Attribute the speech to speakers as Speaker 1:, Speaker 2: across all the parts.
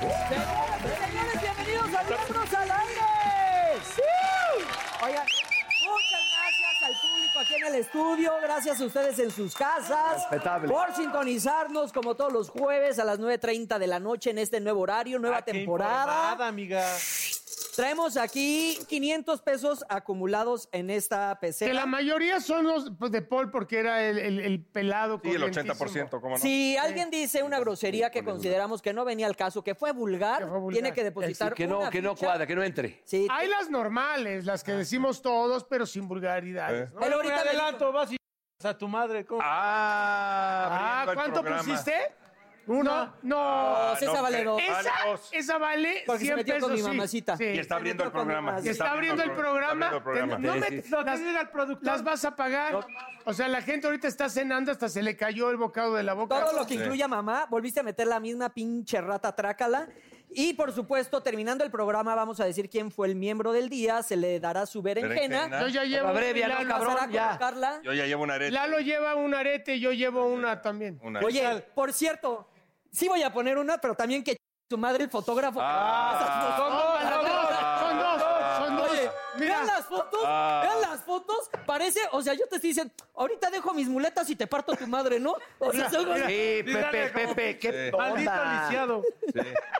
Speaker 1: Señores, bienvenidos a Miembros al Aire. Oigan, muchas gracias al público aquí en el estudio, gracias a ustedes en sus casas. Por sintonizarnos como todos los jueves a las 9.30 de la noche en este nuevo horario, nueva
Speaker 2: Ah, qué
Speaker 1: temporada.
Speaker 2: informada, amiga.
Speaker 1: Traemos aquí 500 pesos acumulados en esta
Speaker 3: Que la
Speaker 1: pecera.
Speaker 3: mayoría son los pues, de Paul porque era el, el- el pelado.
Speaker 4: Sí, el
Speaker 3: corrientísimo.
Speaker 4: 80%, ¿cómo no?
Speaker 1: Si alguien dice una grosería que consideramos que no venía al caso, que fue vulgar,
Speaker 3: Que fue vulgar. Eh,
Speaker 1: tiene que depositar
Speaker 5: Que no,
Speaker 1: una
Speaker 5: que no
Speaker 1: ficha.
Speaker 5: cuadra, que no entre.
Speaker 1: Sí.
Speaker 3: Hay las normales, las
Speaker 4: Ah,
Speaker 3: que decimos todos, pero sin
Speaker 4: Eh.
Speaker 3: vulgaridades. ¿no?
Speaker 1: Pero
Speaker 2: Me
Speaker 1: ahorita
Speaker 2: adelanto, vas y a tu madre. ¿cómo?
Speaker 4: Ah,
Speaker 3: Ah,
Speaker 4: abriendo el
Speaker 3: ¿cuánto
Speaker 4: programa.
Speaker 3: pusiste? Uno. No.
Speaker 1: No, César
Speaker 4: no,
Speaker 1: vale
Speaker 4: que-
Speaker 1: dos.
Speaker 4: vale
Speaker 3: Esa,
Speaker 4: dos.
Speaker 3: esa vale
Speaker 1: Porque se
Speaker 3: 100
Speaker 1: metió con
Speaker 3: pesos.
Speaker 1: mi
Speaker 3: sí.
Speaker 1: mamacita.
Speaker 3: Sí.
Speaker 4: Y está abriendo el programa.
Speaker 1: Y
Speaker 3: Y está abriendo el
Speaker 4: pro-
Speaker 3: programa.
Speaker 4: está abriendo el
Speaker 3: No
Speaker 4: programa.
Speaker 3: me, las, las vas a pagar. O sea, la gente ahorita está cenando hasta se le cayó el bocado de la boca.
Speaker 1: Todo lo que incluya mamá, volviste a meter la misma pinche rata trácala. Y por supuesto, terminando el programa, vamos a decir quién fue el miembro del día, se le dará su berenjena.
Speaker 4: Berenjena.
Speaker 3: Yo ya llevo.
Speaker 5: abrevia, ¿no,
Speaker 3: Lalo-
Speaker 5: cabrón?
Speaker 1: Pasará a
Speaker 5: ya.
Speaker 1: colocarla.
Speaker 4: Yo ya llevo una arete.
Speaker 3: Lalo lleva un arete, yo llevo una también.
Speaker 4: Una
Speaker 1: Oye, por cierto, sí voy a poner una, pero también que tu madre el fotógrafo. Ah,
Speaker 3: Son dos, son dos, son dos, son dos.
Speaker 1: Oye, vean
Speaker 3: Mira,
Speaker 1: las fotos,
Speaker 5: Ah.
Speaker 1: vean las fotos. Parece, o sea, yo te estoy diciendo, ahorita dejo mis muletas y te parto tu madre, ¿no?
Speaker 5: Pues,
Speaker 1: O sea, son-
Speaker 5: Sí,
Speaker 2: dale,
Speaker 5: Pepe,
Speaker 2: como-
Speaker 5: Pepe, qué
Speaker 2: Maldito
Speaker 5: onda.
Speaker 2: lisiado.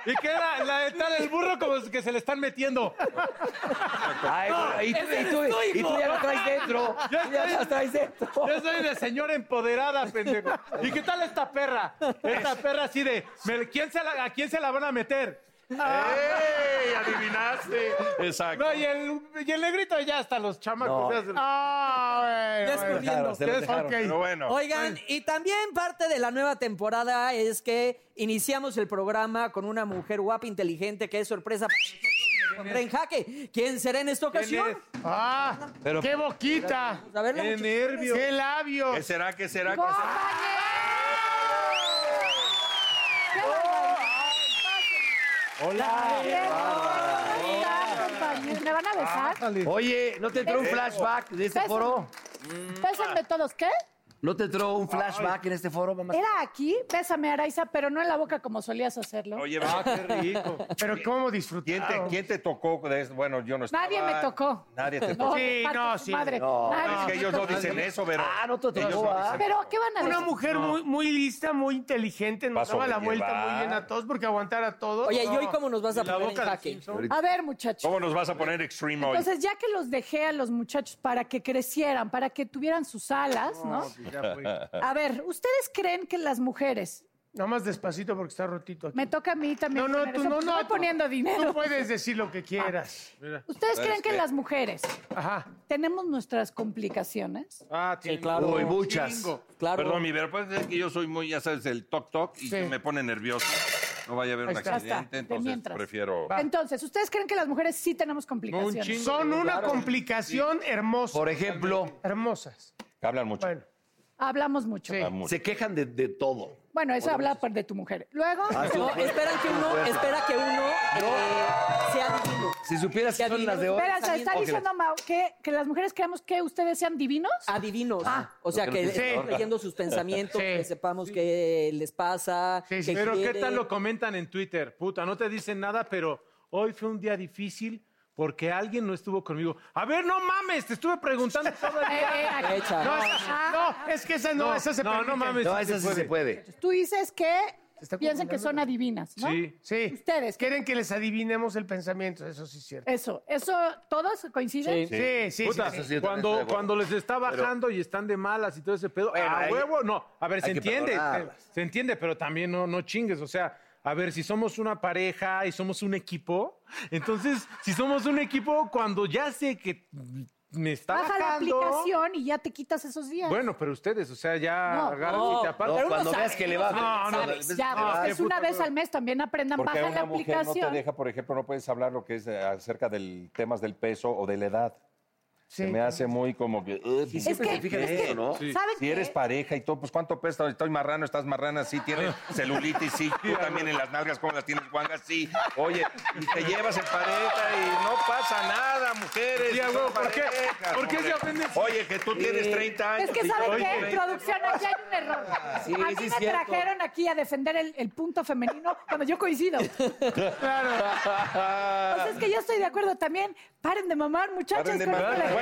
Speaker 2: Y queda la, está el burro como que se le están metiendo.
Speaker 5: Ay, güey, y, tú,
Speaker 1: ese
Speaker 5: y tú-
Speaker 1: es tu
Speaker 5: y tú
Speaker 1: hijo.
Speaker 5: ya lo traes dentro.
Speaker 2: Ya
Speaker 5: Ya
Speaker 2: estoy-
Speaker 5: lo traes dentro.
Speaker 2: Yo soy de señora empoderada, pendejo. ¿Y qué tal esta perra? Esta perra así de, me- ¿quién se la- ¿a quién se la van a meter?
Speaker 5: Ah.
Speaker 4: ¡Ey! Adivinaste. Exacto.
Speaker 2: No, y el, y el negrito ya hasta los
Speaker 5: No.
Speaker 2: chamacos. se hacen-
Speaker 3: Ah,
Speaker 1: Ya
Speaker 3: bueno,
Speaker 1: es
Speaker 3: bueno.
Speaker 1: corriendo.
Speaker 5: Dejaron, se los
Speaker 3: Ok.
Speaker 5: dejaron.
Speaker 4: Pero bueno.
Speaker 1: Oigan, y también parte de la nueva temporada es que iniciamos el programa con una mujer guapa, inteligente, que es sorpresa para nosotros. y nos pondrá en jaque. ¿Quién será en esta ocasión?
Speaker 2: ¿Quién
Speaker 3: Ah,
Speaker 5: Pero-
Speaker 3: qué boquita,
Speaker 1: Vamos a verla,
Speaker 2: ¡Qué
Speaker 1: muchachos.
Speaker 2: nervios!
Speaker 3: qué labios.
Speaker 4: ¿Qué será? ¿Qué será? ¿Qué será?
Speaker 6: ¿Me van a besar?
Speaker 5: Oye, ¿no te entró un flashback de este foro?
Speaker 6: Bésenme todos, ¿qué?
Speaker 5: ¿No te entró un flashback en este foro, mamá?
Speaker 6: Era aquí, bésame Araiza, pero no en la boca como solías hacerlo.
Speaker 4: Oye, va, qué rico.
Speaker 3: Pero cómo disfruté.
Speaker 4: ¿Quién te, quién te tocó? de eso? Bueno, yo no estaba.
Speaker 6: Nadie me tocó.
Speaker 4: Nadie te
Speaker 6: No,
Speaker 4: tocó.
Speaker 3: Sí,
Speaker 6: parte
Speaker 3: no,
Speaker 6: de su
Speaker 3: sí.
Speaker 6: Madre.
Speaker 5: No,
Speaker 6: Nadie
Speaker 4: Es que
Speaker 6: me
Speaker 4: ellos no
Speaker 6: tocó.
Speaker 4: dicen eso, pero.
Speaker 5: Ah, no te
Speaker 4: Ellos
Speaker 5: tocó,
Speaker 4: no
Speaker 5: ah.
Speaker 4: dicen-
Speaker 6: Pero, ¿qué van a
Speaker 3: Una
Speaker 6: decir?
Speaker 3: mujer muy, muy lista, muy inteligente,
Speaker 4: Va a
Speaker 3: nos daba la
Speaker 4: sobrellevar.
Speaker 3: vuelta muy bien a todos porque aguantar a todos.
Speaker 1: Oye, ¿y
Speaker 3: No.
Speaker 1: hoy cómo nos vas a
Speaker 2: La
Speaker 1: poner en
Speaker 2: boca de
Speaker 1: jaque?
Speaker 2: Simpson.
Speaker 6: A ver, muchachos.
Speaker 4: ¿Cómo nos vas a poner extreme hoy?
Speaker 6: Entonces, ya que los dejé a los muchachos para que crecieran, para que tuvieran sus alas, ¿no?
Speaker 3: pues
Speaker 6: A ver, ¿ustedes creen que las mujeres...
Speaker 3: Nada más despacito porque está rotito aquí.
Speaker 6: Me toca a mí también.
Speaker 3: No, no,
Speaker 6: poner
Speaker 3: tú
Speaker 6: eso,
Speaker 3: no,
Speaker 6: porque
Speaker 3: no.
Speaker 6: pues, Estoy
Speaker 3: tú-
Speaker 6: poniendo dinero.
Speaker 3: Tú puedes decir lo que
Speaker 2: Ah,
Speaker 3: quieras.
Speaker 6: ¿Ustedes creen que las mujeres
Speaker 3: Ajá.
Speaker 6: tenemos nuestras complicaciones?
Speaker 2: Ah, tiene-
Speaker 1: claro.
Speaker 5: Uy, muchas.
Speaker 2: Chingo.
Speaker 1: Claro.
Speaker 4: Perdón, mi ver, pues es que yo soy muy, ya sabes, el toc toc y
Speaker 3: Sí.
Speaker 4: que me pone nervioso. No vaya a haber
Speaker 3: Ahí
Speaker 4: un
Speaker 3: está.
Speaker 6: Ya está,
Speaker 4: accidente,
Speaker 6: de
Speaker 4: entonces
Speaker 6: mientras.
Speaker 4: prefiero.
Speaker 6: Entonces, ¿ustedes creen que las mujeres sí tenemos complicaciones?
Speaker 3: Son una complicación hermosa.
Speaker 5: Por ejemplo, Ah,
Speaker 3: Hermosas.
Speaker 4: Hablan mucho.
Speaker 3: Bueno.
Speaker 6: Hablamos mucho.
Speaker 3: Sí.
Speaker 4: Hablan Ah, mucho.
Speaker 5: se quejan de, de todo.
Speaker 6: Bueno, eso habla por-
Speaker 4: Ah,
Speaker 6: de tu mujer. Luego,
Speaker 1: No, espera que uno, espera que uno eh, sea divino.
Speaker 5: Se supieras que son las de hoy.
Speaker 6: Espera, o sea, está
Speaker 5: Ángeles.
Speaker 6: diciendo Mau que, que las mujeres creemos que ustedes sean divinos. Ah.
Speaker 1: Adivinos. o sea,
Speaker 5: Yo
Speaker 1: que
Speaker 5: creo que sí.
Speaker 1: estemos leyendo sus pensamientos,
Speaker 3: Sí.
Speaker 1: que sepamos qué les pasa. qué
Speaker 2: Pero ¿qué
Speaker 1: quieren.
Speaker 2: tal lo comentan en Twitter? Puta, no te dicen nada, pero hoy fue un día difícil porque alguien no estuvo conmigo. A ver, no mames, te estuve preguntando todo el día.
Speaker 6: Eh, eh,
Speaker 1: Echa.
Speaker 3: No, esa- no, es que esa no, esa se
Speaker 2: no,
Speaker 3: permite.
Speaker 2: no mames.
Speaker 5: No, esa sí se puede.
Speaker 6: tú dices que
Speaker 3: está
Speaker 6: piensan que
Speaker 3: confundiendo.
Speaker 6: son adivinas, ¿no?
Speaker 2: Sí.
Speaker 3: Sí.
Speaker 6: Ustedes.
Speaker 3: Quieren que les adivinemos el pensamiento, eso sí es cierto.
Speaker 6: Eso, eso, ¿todos coinciden?
Speaker 3: Sí, sí, sí.
Speaker 2: Puta,
Speaker 3: sí.
Speaker 5: sí, yo también estoy de
Speaker 2: cuando,
Speaker 5: acuerdo.
Speaker 2: cuando les está bajando y están de malas y todo ese pedo,
Speaker 5: Bueno,
Speaker 2: a
Speaker 5: hay-
Speaker 2: huevo, no. A ver, se
Speaker 5: hay que
Speaker 2: entiende. Se,
Speaker 5: perdonarlas.
Speaker 2: se entiende, pero también no, no chingues. O sea, a ver, si somos una pareja y somos un equipo, entonces, si somos un equipo, cuando ya sé que me está
Speaker 6: Baja la
Speaker 2: bajando.
Speaker 6: aplicación y ya te quitas esos días.
Speaker 2: Bueno, pero ustedes, o sea, ya
Speaker 6: No,
Speaker 2: agarran y te
Speaker 5: No,
Speaker 2: apartan.
Speaker 5: cuando veas que le va.
Speaker 2: No, no,
Speaker 5: cuando
Speaker 2: no,
Speaker 5: ves
Speaker 6: ya,
Speaker 5: que le va-
Speaker 6: pues, es
Speaker 2: qué
Speaker 6: una
Speaker 2: puta
Speaker 6: vez
Speaker 2: hueva.
Speaker 6: al mes, también aprendan,
Speaker 4: Porque a
Speaker 6: baja la
Speaker 4: una mujer no te
Speaker 6: aplicación.
Speaker 4: deja, por ejemplo, no puedes hablar lo que es eh, acerca del temas del peso o de la edad.
Speaker 3: Sí.
Speaker 4: Se me hace muy como que. "Ugh,
Speaker 5: Y
Speaker 4: pues,
Speaker 5: siempre
Speaker 6: que-
Speaker 5: se fijan
Speaker 6: es
Speaker 5: en
Speaker 6: que-
Speaker 5: eso, ¿no?
Speaker 6: ¿Saben
Speaker 4: Si eres
Speaker 6: qué?
Speaker 4: pareja y todo, pues ¿cuánto pesa? Estoy marrano, estás marrana, sí, tienes celulitis, sí, tú también en las nalgas, ¿cómo las tienes, guangas? Sí. Oye, y te llevas en pareja y no pasa nada, mujeres.
Speaker 2: Sí, a
Speaker 4: son
Speaker 2: huevo, ¿por qué?
Speaker 4: parejas,
Speaker 2: ¿Por qué
Speaker 4: hombre.
Speaker 2: se ofenden?
Speaker 4: Oye, que tú tienes 30 años.
Speaker 6: Es que,
Speaker 4: y yo
Speaker 6: ¿saben
Speaker 4: tengo
Speaker 6: qué?
Speaker 4: 20.
Speaker 6: Producción, aquí hay un error.
Speaker 5: Sí,
Speaker 6: a mí
Speaker 5: sí es
Speaker 6: me
Speaker 5: cierto.
Speaker 6: trajeron aquí a defender el, el punto femenino cuando yo coincido. claro. Pues es que yo estoy de acuerdo también. Paren de mamar, muchachos.
Speaker 4: Paren de
Speaker 6: con-
Speaker 4: mamar.
Speaker 6: con-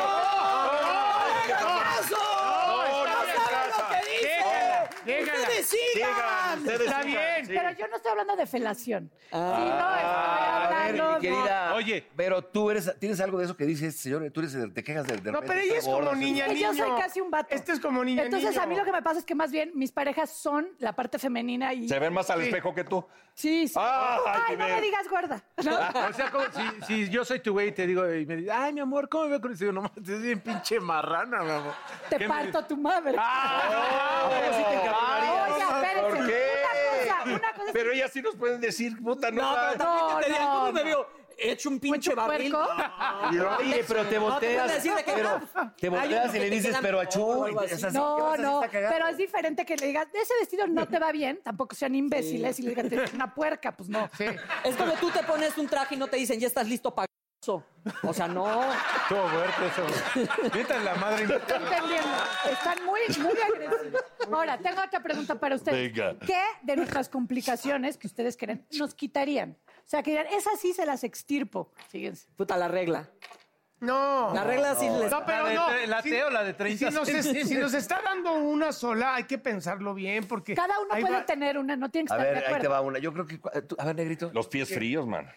Speaker 1: ¡Oh!
Speaker 3: Déjala.
Speaker 4: Llegan
Speaker 1: ¡Oh!
Speaker 4: ustedes.
Speaker 3: Está
Speaker 4: llegan,
Speaker 3: bien.
Speaker 4: sí.
Speaker 6: Pero yo no estoy hablando de felación.
Speaker 5: Ah, A
Speaker 6: sí, no, estoy hablando
Speaker 5: ver, mi
Speaker 6: de-
Speaker 5: querida.
Speaker 2: Oye.
Speaker 5: Pero tú eres, tienes algo de eso que dices, señor, tú eres, de- te quejas de, de
Speaker 3: No,
Speaker 5: repente,
Speaker 3: pero ella
Speaker 5: está
Speaker 3: es como
Speaker 5: gorda,
Speaker 3: niña,
Speaker 6: Es que
Speaker 3: niño.
Speaker 6: yo soy casi un vato.
Speaker 3: Este es como niña,
Speaker 6: Entonces,
Speaker 3: niño.
Speaker 6: a mí lo que me pasa es que más bien mis parejas son la parte femenina y.
Speaker 4: Se ven más al espejo que tú.
Speaker 6: Sí, sí.
Speaker 4: Ah,
Speaker 6: Ay,
Speaker 4: hay que
Speaker 6: no me
Speaker 4: ver.
Speaker 6: digas gorda. ¿no?
Speaker 2: O sea, como si, si yo soy tu güey y te digo, y me dices, ay, mi amor, ¿cómo me veo con eso? Y Digo, no, mames, es bien pinche marrana, mi amor.
Speaker 6: Te
Speaker 2: ¿Qué me-
Speaker 6: parto tu madre.
Speaker 2: ¡Ah, no!
Speaker 6: Oye, espérense.
Speaker 4: ¿Por qué?
Speaker 6: Una cosa, una cosa es
Speaker 4: Pero ellas sí nos pueden decir, puta, no.
Speaker 1: No, pero
Speaker 4: sabes.
Speaker 1: también que te digan,
Speaker 6: este no,
Speaker 1: ¿cómo me
Speaker 6: no.
Speaker 1: veo? He hecho un pinche barril.
Speaker 6: puerco.
Speaker 5: Y, Oye, pero te
Speaker 1: No, te pueden
Speaker 5: volteas.
Speaker 1: decir de que-
Speaker 5: pero te
Speaker 1: Hay unos
Speaker 5: volteas
Speaker 1: que
Speaker 5: y le
Speaker 1: te
Speaker 5: dices,
Speaker 1: quedan
Speaker 5: pero a
Speaker 1: o algo así.
Speaker 6: No, Oh, no, pero es
Speaker 5: así.
Speaker 6: diferente que le digas, ese vestido no te va bien, tampoco sean imbéciles y le digan, "Eres una puerca, pues no.
Speaker 3: Sí.
Speaker 1: Es como tú te pones un traje y no te dicen, ya estás listo para eso. O sea, no.
Speaker 2: Estuvo fuerte eso. Mientras la madre.
Speaker 6: Estoy entendiendo. Están muy, muy agresivos. Ahora, tengo otra pregunta para ustedes.
Speaker 4: Venga.
Speaker 6: ¿Qué de nuestras complicaciones que ustedes creen nos quitarían? O sea, que dirán, esas sí se las extirpo. Fíjense.
Speaker 1: Puta, la regla.
Speaker 3: No.
Speaker 1: La regla sí les...
Speaker 3: No, pero
Speaker 2: ¿La de
Speaker 3: no.
Speaker 2: tre- la
Speaker 3: Si-
Speaker 2: T o la de 30?
Speaker 3: Si nos, es- si nos está dando una sola, hay que pensarlo bien porque...
Speaker 6: Cada uno
Speaker 3: ahí
Speaker 6: puede
Speaker 3: va-
Speaker 6: tener una, no tienen que
Speaker 5: A
Speaker 6: estar
Speaker 5: ver,
Speaker 6: de
Speaker 5: ahí te
Speaker 6: acuerdo.
Speaker 5: va una. Yo creo que. cua- tú- A ver, negrito.
Speaker 4: Los pies fríos, man.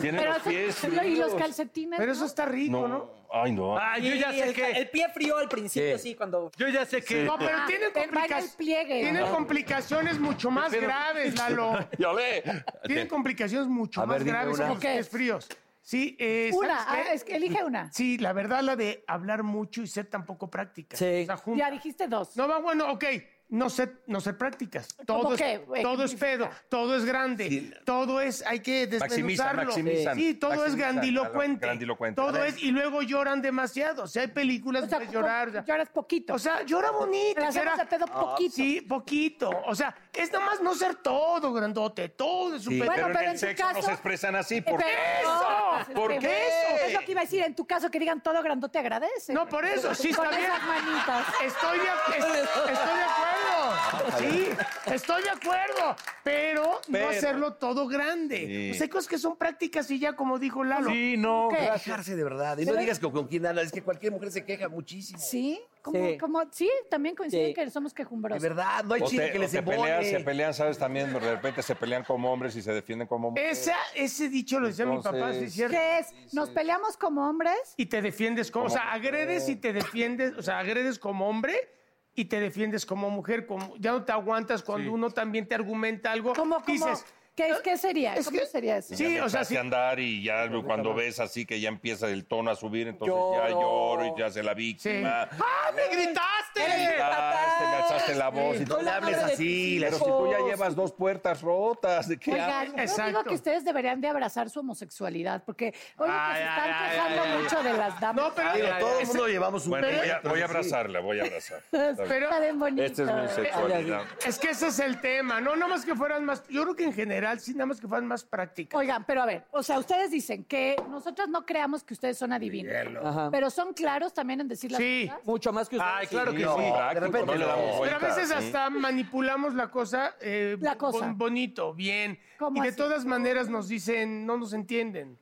Speaker 4: Tienen
Speaker 6: Pero
Speaker 4: los pies
Speaker 6: eso- y los
Speaker 4: fríos.
Speaker 6: calcetines.
Speaker 3: Pero
Speaker 6: ¿no?
Speaker 3: eso está rico,
Speaker 4: No,
Speaker 3: ¿no?
Speaker 4: Ay, no.
Speaker 2: Ah, yo ya
Speaker 1: Y
Speaker 2: sé
Speaker 1: el,
Speaker 2: que.
Speaker 1: el pie frío al principio,
Speaker 5: Sí.
Speaker 1: sí, cuando...
Speaker 2: Yo ya sé que.
Speaker 3: No, pero
Speaker 6: Ah,
Speaker 3: tienen,
Speaker 6: te
Speaker 3: complica-
Speaker 6: vaya el pliegue.
Speaker 3: tienen complicaciones mucho más graves, Lalo.
Speaker 4: Yo le.
Speaker 3: Tienen complicaciones mucho
Speaker 5: A ver,
Speaker 3: más
Speaker 5: dime
Speaker 3: graves
Speaker 5: una.
Speaker 3: como
Speaker 6: ¿Qué?
Speaker 3: que es fríos. Sí, eh,
Speaker 6: Una,
Speaker 3: ¿sabes qué? Mm,
Speaker 6: ah, es que elige una.
Speaker 3: Sí, la verdad, la de hablar mucho y ser tan poco práctica.
Speaker 1: Sí.
Speaker 3: O sea, junta.
Speaker 6: Ya dijiste dos.
Speaker 3: No va bueno, ok. No ser, no ser prácticas.
Speaker 6: ¿Cómo
Speaker 3: Todo es,
Speaker 6: qué?
Speaker 3: todo es pedo, todo es grande, todo es, hay que
Speaker 4: Maximizan,
Speaker 3: desmenuzarlo.
Speaker 4: maximizan,
Speaker 3: sí, todo es
Speaker 4: maximizan,
Speaker 3: grandilocuente.
Speaker 4: grandilocuente.
Speaker 3: Todo
Speaker 4: A ver.
Speaker 3: es, y luego lloran demasiado. O sea, hay películas
Speaker 6: O sea,
Speaker 3: donde llorar. o sea,
Speaker 6: lloras poquito.
Speaker 3: o sea, llora bonito.
Speaker 6: Te la hacemos
Speaker 3: llora-
Speaker 6: de pedo
Speaker 4: Ah,
Speaker 6: poquito.
Speaker 3: Sí, poquito. O sea, es nomás no ser todo grandote, todo es súper.
Speaker 6: Bueno,
Speaker 4: pero,
Speaker 6: pero
Speaker 4: en
Speaker 6: en
Speaker 4: el
Speaker 6: tu
Speaker 4: sexo no
Speaker 6: caso-
Speaker 4: se expresan así.
Speaker 6: Pero-
Speaker 4: ¿Por qué?
Speaker 6: No, pues,
Speaker 4: ¿Por
Speaker 6: este,
Speaker 4: qué?
Speaker 6: Es lo que iba a decir. En tu caso, que digan todo grandote agradece.
Speaker 3: No, por eso, sí
Speaker 6: Con
Speaker 3: está bien.
Speaker 6: esas manitas.
Speaker 3: Estoy de, ac- es- estoy de acuerdo. Sí, estoy de acuerdo. Pero, no hacerlo todo grande.
Speaker 4: Sí.
Speaker 3: Pues hay cosas que son prácticas y ya, como dijo Lalo.
Speaker 2: Sí, no.
Speaker 6: ¿Qué?
Speaker 5: Quejarse de verdad. Y no digas con, con quién hablas. Es que cualquier mujer se queja muchísimo.
Speaker 6: Sí, como,
Speaker 1: Sí.
Speaker 6: como, sí, también coinciden
Speaker 1: Sí.
Speaker 6: que somos
Speaker 5: De
Speaker 6: quejumbrosos.
Speaker 5: verdad, no hay
Speaker 4: O
Speaker 5: chile
Speaker 4: te,
Speaker 5: que
Speaker 4: o
Speaker 5: les
Speaker 4: te
Speaker 5: embone.
Speaker 4: pelean, se pelean, ¿sabes? También de repente se pelean como hombres y se defienden como mujeres.
Speaker 3: Esa, ese dicho lo decía mi papá, sí, es
Speaker 4: Entonces-
Speaker 3: cierto.
Speaker 6: ¿Qué es? ¿Nos peleamos como hombres?
Speaker 3: Y te defiendes como, o sea, agredes y te defiendes, o sea, agredes como hombre y te defiendes como mujer, como ya no te aguantas cuando uno también te argumenta algo,
Speaker 6: ¿Cómo, cómo?
Speaker 3: dices,
Speaker 6: ¿Qué, es- qué sería?
Speaker 3: es
Speaker 6: ¿Cómo
Speaker 3: que-
Speaker 6: sería eso?
Speaker 3: Sí,
Speaker 4: Ya
Speaker 3: o sea,
Speaker 4: dejaste
Speaker 3: sí.
Speaker 4: andar y ya cuando ves así que ya empieza el tono a subir, entonces ya
Speaker 1: Lloro.
Speaker 4: lloro y ya se la
Speaker 1: ¡Oh!
Speaker 4: víctima.
Speaker 3: ¡Ah, me gritaste!
Speaker 4: Ah, este, me alzaste la voz y
Speaker 5: No
Speaker 4: todo.
Speaker 5: le hables así.
Speaker 4: Pero si tú ya llevas dos puertas rotas, ¿de qué
Speaker 6: Oigan,
Speaker 4: hablas?
Speaker 6: yo digo
Speaker 3: Exacto.
Speaker 6: que ustedes deberían de abrazar su homosexualidad, porque oye, que se están quejando mucho de las damas.
Speaker 3: No, pero
Speaker 5: Digo, todo el
Speaker 3: ese-
Speaker 5: mundo llevamos un
Speaker 4: Bueno,
Speaker 5: pedo,
Speaker 4: voy a, voy a
Speaker 5: entonces, sí.
Speaker 4: abrazarla, voy a abrazar.
Speaker 3: pero- Este
Speaker 6: Está bien bonito.
Speaker 4: Esta Este es mi sexualidad.
Speaker 3: Es que ese es el tema, no, nada más que fueran más. Yo creo que en general, sí, nada más que fueran más prácticas.
Speaker 6: Oigan, pero a ver, o sea, ustedes dicen que nosotros no creamos que ustedes son adivinos,
Speaker 1: Ajá.
Speaker 6: pero son claros también en decir las
Speaker 3: Sí.
Speaker 6: cosas.
Speaker 1: Mucho más que ustedes.
Speaker 2: Ay, claro que
Speaker 4: No,
Speaker 2: sí.
Speaker 4: práctico,
Speaker 1: repente
Speaker 4: no le
Speaker 1: no.
Speaker 4: damos
Speaker 3: Pero a
Speaker 4: vuelta,
Speaker 3: veces
Speaker 4: Ah, ¿sí?
Speaker 3: hasta manipulamos la cosa, eh,
Speaker 6: La cosa.
Speaker 3: bon- bonito, bien.
Speaker 6: ¿Cómo
Speaker 3: Y de
Speaker 6: así?
Speaker 3: todas maneras nos dicen, no nos entienden.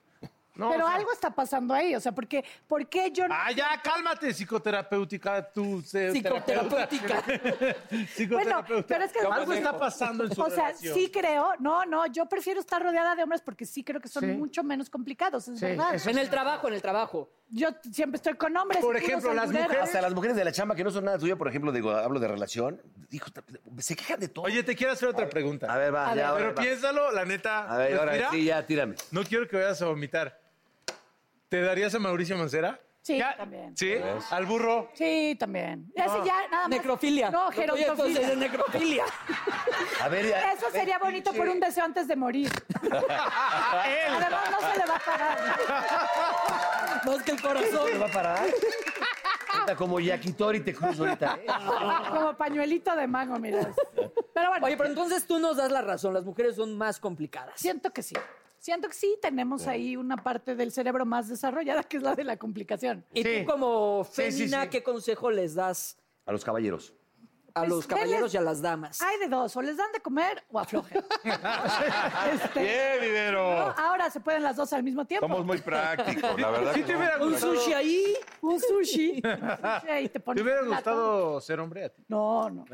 Speaker 3: No,
Speaker 6: Pero
Speaker 3: o sea,
Speaker 6: algo está pasando ahí, o sea, porque ¿por qué yo no?
Speaker 2: Ah, ya, cálmate, psicoterapéutica, tú, se- terapeuta.
Speaker 1: Psicoterapéutica.
Speaker 2: psicoterapeuta.
Speaker 6: Bueno, pero es que-
Speaker 2: algo está pasando en su
Speaker 6: O sea,
Speaker 2: relación.
Speaker 6: sí creo, no, no, yo prefiero estar rodeada de hombres porque sí creo que son mucho menos complicados, es
Speaker 3: Sí,
Speaker 6: verdad.
Speaker 3: eso
Speaker 1: En el trabajo, en el trabajo.
Speaker 6: Yo t- siempre estoy con hombres.
Speaker 2: Por
Speaker 6: y tú no
Speaker 2: ejemplo,
Speaker 6: seas
Speaker 2: las
Speaker 6: mujer.
Speaker 2: mujeres-
Speaker 5: Hasta las mujeres de la chamba que no son nada tuya, por ejemplo, digo, hablo de relación, hijo, se quejan de todo.
Speaker 2: Oye, te quiero hacer otra pregunta.
Speaker 5: a ver, va, Ah, ya, ahora
Speaker 2: pero
Speaker 5: va.
Speaker 2: piénsalo, la neta.
Speaker 5: A ver, ahora
Speaker 2: respira.
Speaker 5: sí, ya, tírame.
Speaker 2: No quiero que vayas a vomitar. ¿Te darías a Mauricio Mancera?
Speaker 6: Sí,
Speaker 2: Ya-
Speaker 6: también.
Speaker 2: ¿Sí? ¿Al burro?
Speaker 6: Sí, también. Ese ya nada más.
Speaker 1: Necrofilia.
Speaker 6: No,
Speaker 1: Oye, Entonces es
Speaker 6: gerontofilia.
Speaker 1: necrofilia.
Speaker 5: A ver, ya.
Speaker 6: Eso sería bonito por un deseo antes de morir.
Speaker 3: él.
Speaker 6: Además, no se le va a pagar.
Speaker 1: No es que el
Speaker 5: ¿Te
Speaker 1: corazón.
Speaker 5: va a parar? Está como Yakitori te cruzo ahorita. ¿eh?
Speaker 6: Como pañuelito de mango, mira. Pero bueno,
Speaker 1: Oye, pero entonces tú nos das la razón. Las mujeres son más complicadas.
Speaker 6: siento que sí. Siento que sí tenemos ahí una parte del cerebro más desarrollada, que es la de la complicación.
Speaker 1: Y
Speaker 3: Sí.
Speaker 1: tú como
Speaker 3: Sí, sí,
Speaker 1: femina,
Speaker 3: sí.
Speaker 1: ¿qué consejo les das
Speaker 5: A los caballeros.
Speaker 1: a
Speaker 6: Pues,
Speaker 1: los caballeros
Speaker 6: denles-
Speaker 1: y a las damas?
Speaker 6: Hay de dos, o les dan de comer o aflojen. Este,
Speaker 4: Bien,
Speaker 6: ¿no?
Speaker 4: Vivero.
Speaker 6: Ahora se pueden las dos al mismo tiempo.
Speaker 4: Oh. Somos muy
Speaker 5: Pues,
Speaker 4: prácticos, la verdad.
Speaker 2: Sí,
Speaker 4: que
Speaker 2: te
Speaker 4: no.
Speaker 2: hubiera
Speaker 1: Un
Speaker 2: gustado.
Speaker 1: sushi ahí, un sushi.
Speaker 6: Sí, ahí te pones
Speaker 2: ¿Te hubiera
Speaker 6: un plato.
Speaker 2: gustado ser hombre a ti?
Speaker 6: No, no.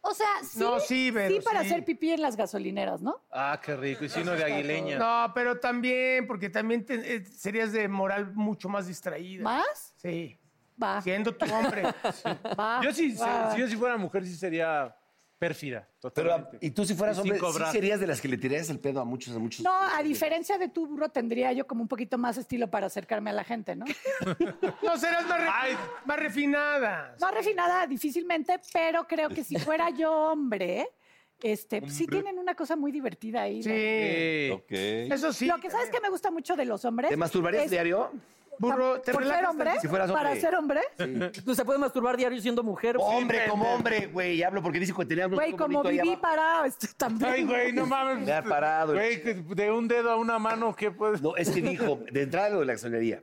Speaker 6: O sea, sí,
Speaker 3: No, sí, Vero,
Speaker 6: para
Speaker 3: sí.
Speaker 6: hacer pipí en las gasolineras, ¿no?
Speaker 2: Ah, qué rico. Y si no de aguileña.
Speaker 3: No, pero también, porque también te- eh, serías de moral mucho más distraída.
Speaker 6: ¿Más?
Speaker 3: Sí.
Speaker 6: Va.
Speaker 3: Siendo tu hombre. Sí.
Speaker 6: va,
Speaker 2: Yo sí,
Speaker 6: va.
Speaker 1: Ah.
Speaker 2: si yo si fuera mujer, sí sería pérfida.
Speaker 5: Pero,
Speaker 2: Totalmente.
Speaker 5: y tú si fueras
Speaker 2: Y sin
Speaker 5: hombre, ¿sí
Speaker 2: cobrar.
Speaker 5: serías de las que le tirarías el pedo a muchos, a muchos.
Speaker 6: No, a diferencia de tu burro, tendría yo como un poquito más estilo para acercarme a la gente, ¿no?
Speaker 3: No, serás más, refi-
Speaker 2: Ay.
Speaker 3: más refinada.
Speaker 6: No refinada, difícilmente, pero creo que si fuera yo hombre, este, pues sí tienen una cosa muy divertida ahí. ¿no?
Speaker 3: Sí.
Speaker 2: Sí.
Speaker 4: Ok.
Speaker 3: Eso sí.
Speaker 6: Lo que sabes que me gusta mucho de los hombres.
Speaker 5: ¿Te masturbarías
Speaker 6: es-
Speaker 5: diario?
Speaker 3: Burro, ¿te
Speaker 6: ¿Por ser
Speaker 3: relajas
Speaker 6: hombre?
Speaker 3: tantito?
Speaker 5: Si fueras hombre.
Speaker 6: ¿Para ser hombre?
Speaker 1: ¿Tú se puede masturbar diario siendo mujer?
Speaker 5: hombre, como hombre, güey. Hablo porque dice que teníamos
Speaker 6: Güey, como viví para... este, también.
Speaker 2: Ay, güey, no mames.
Speaker 5: Me ha parado el
Speaker 2: Güey, que de un dedo a una mano, ¿qué puedes?
Speaker 5: No, es que dijo, de entrada lo de la gasolinería.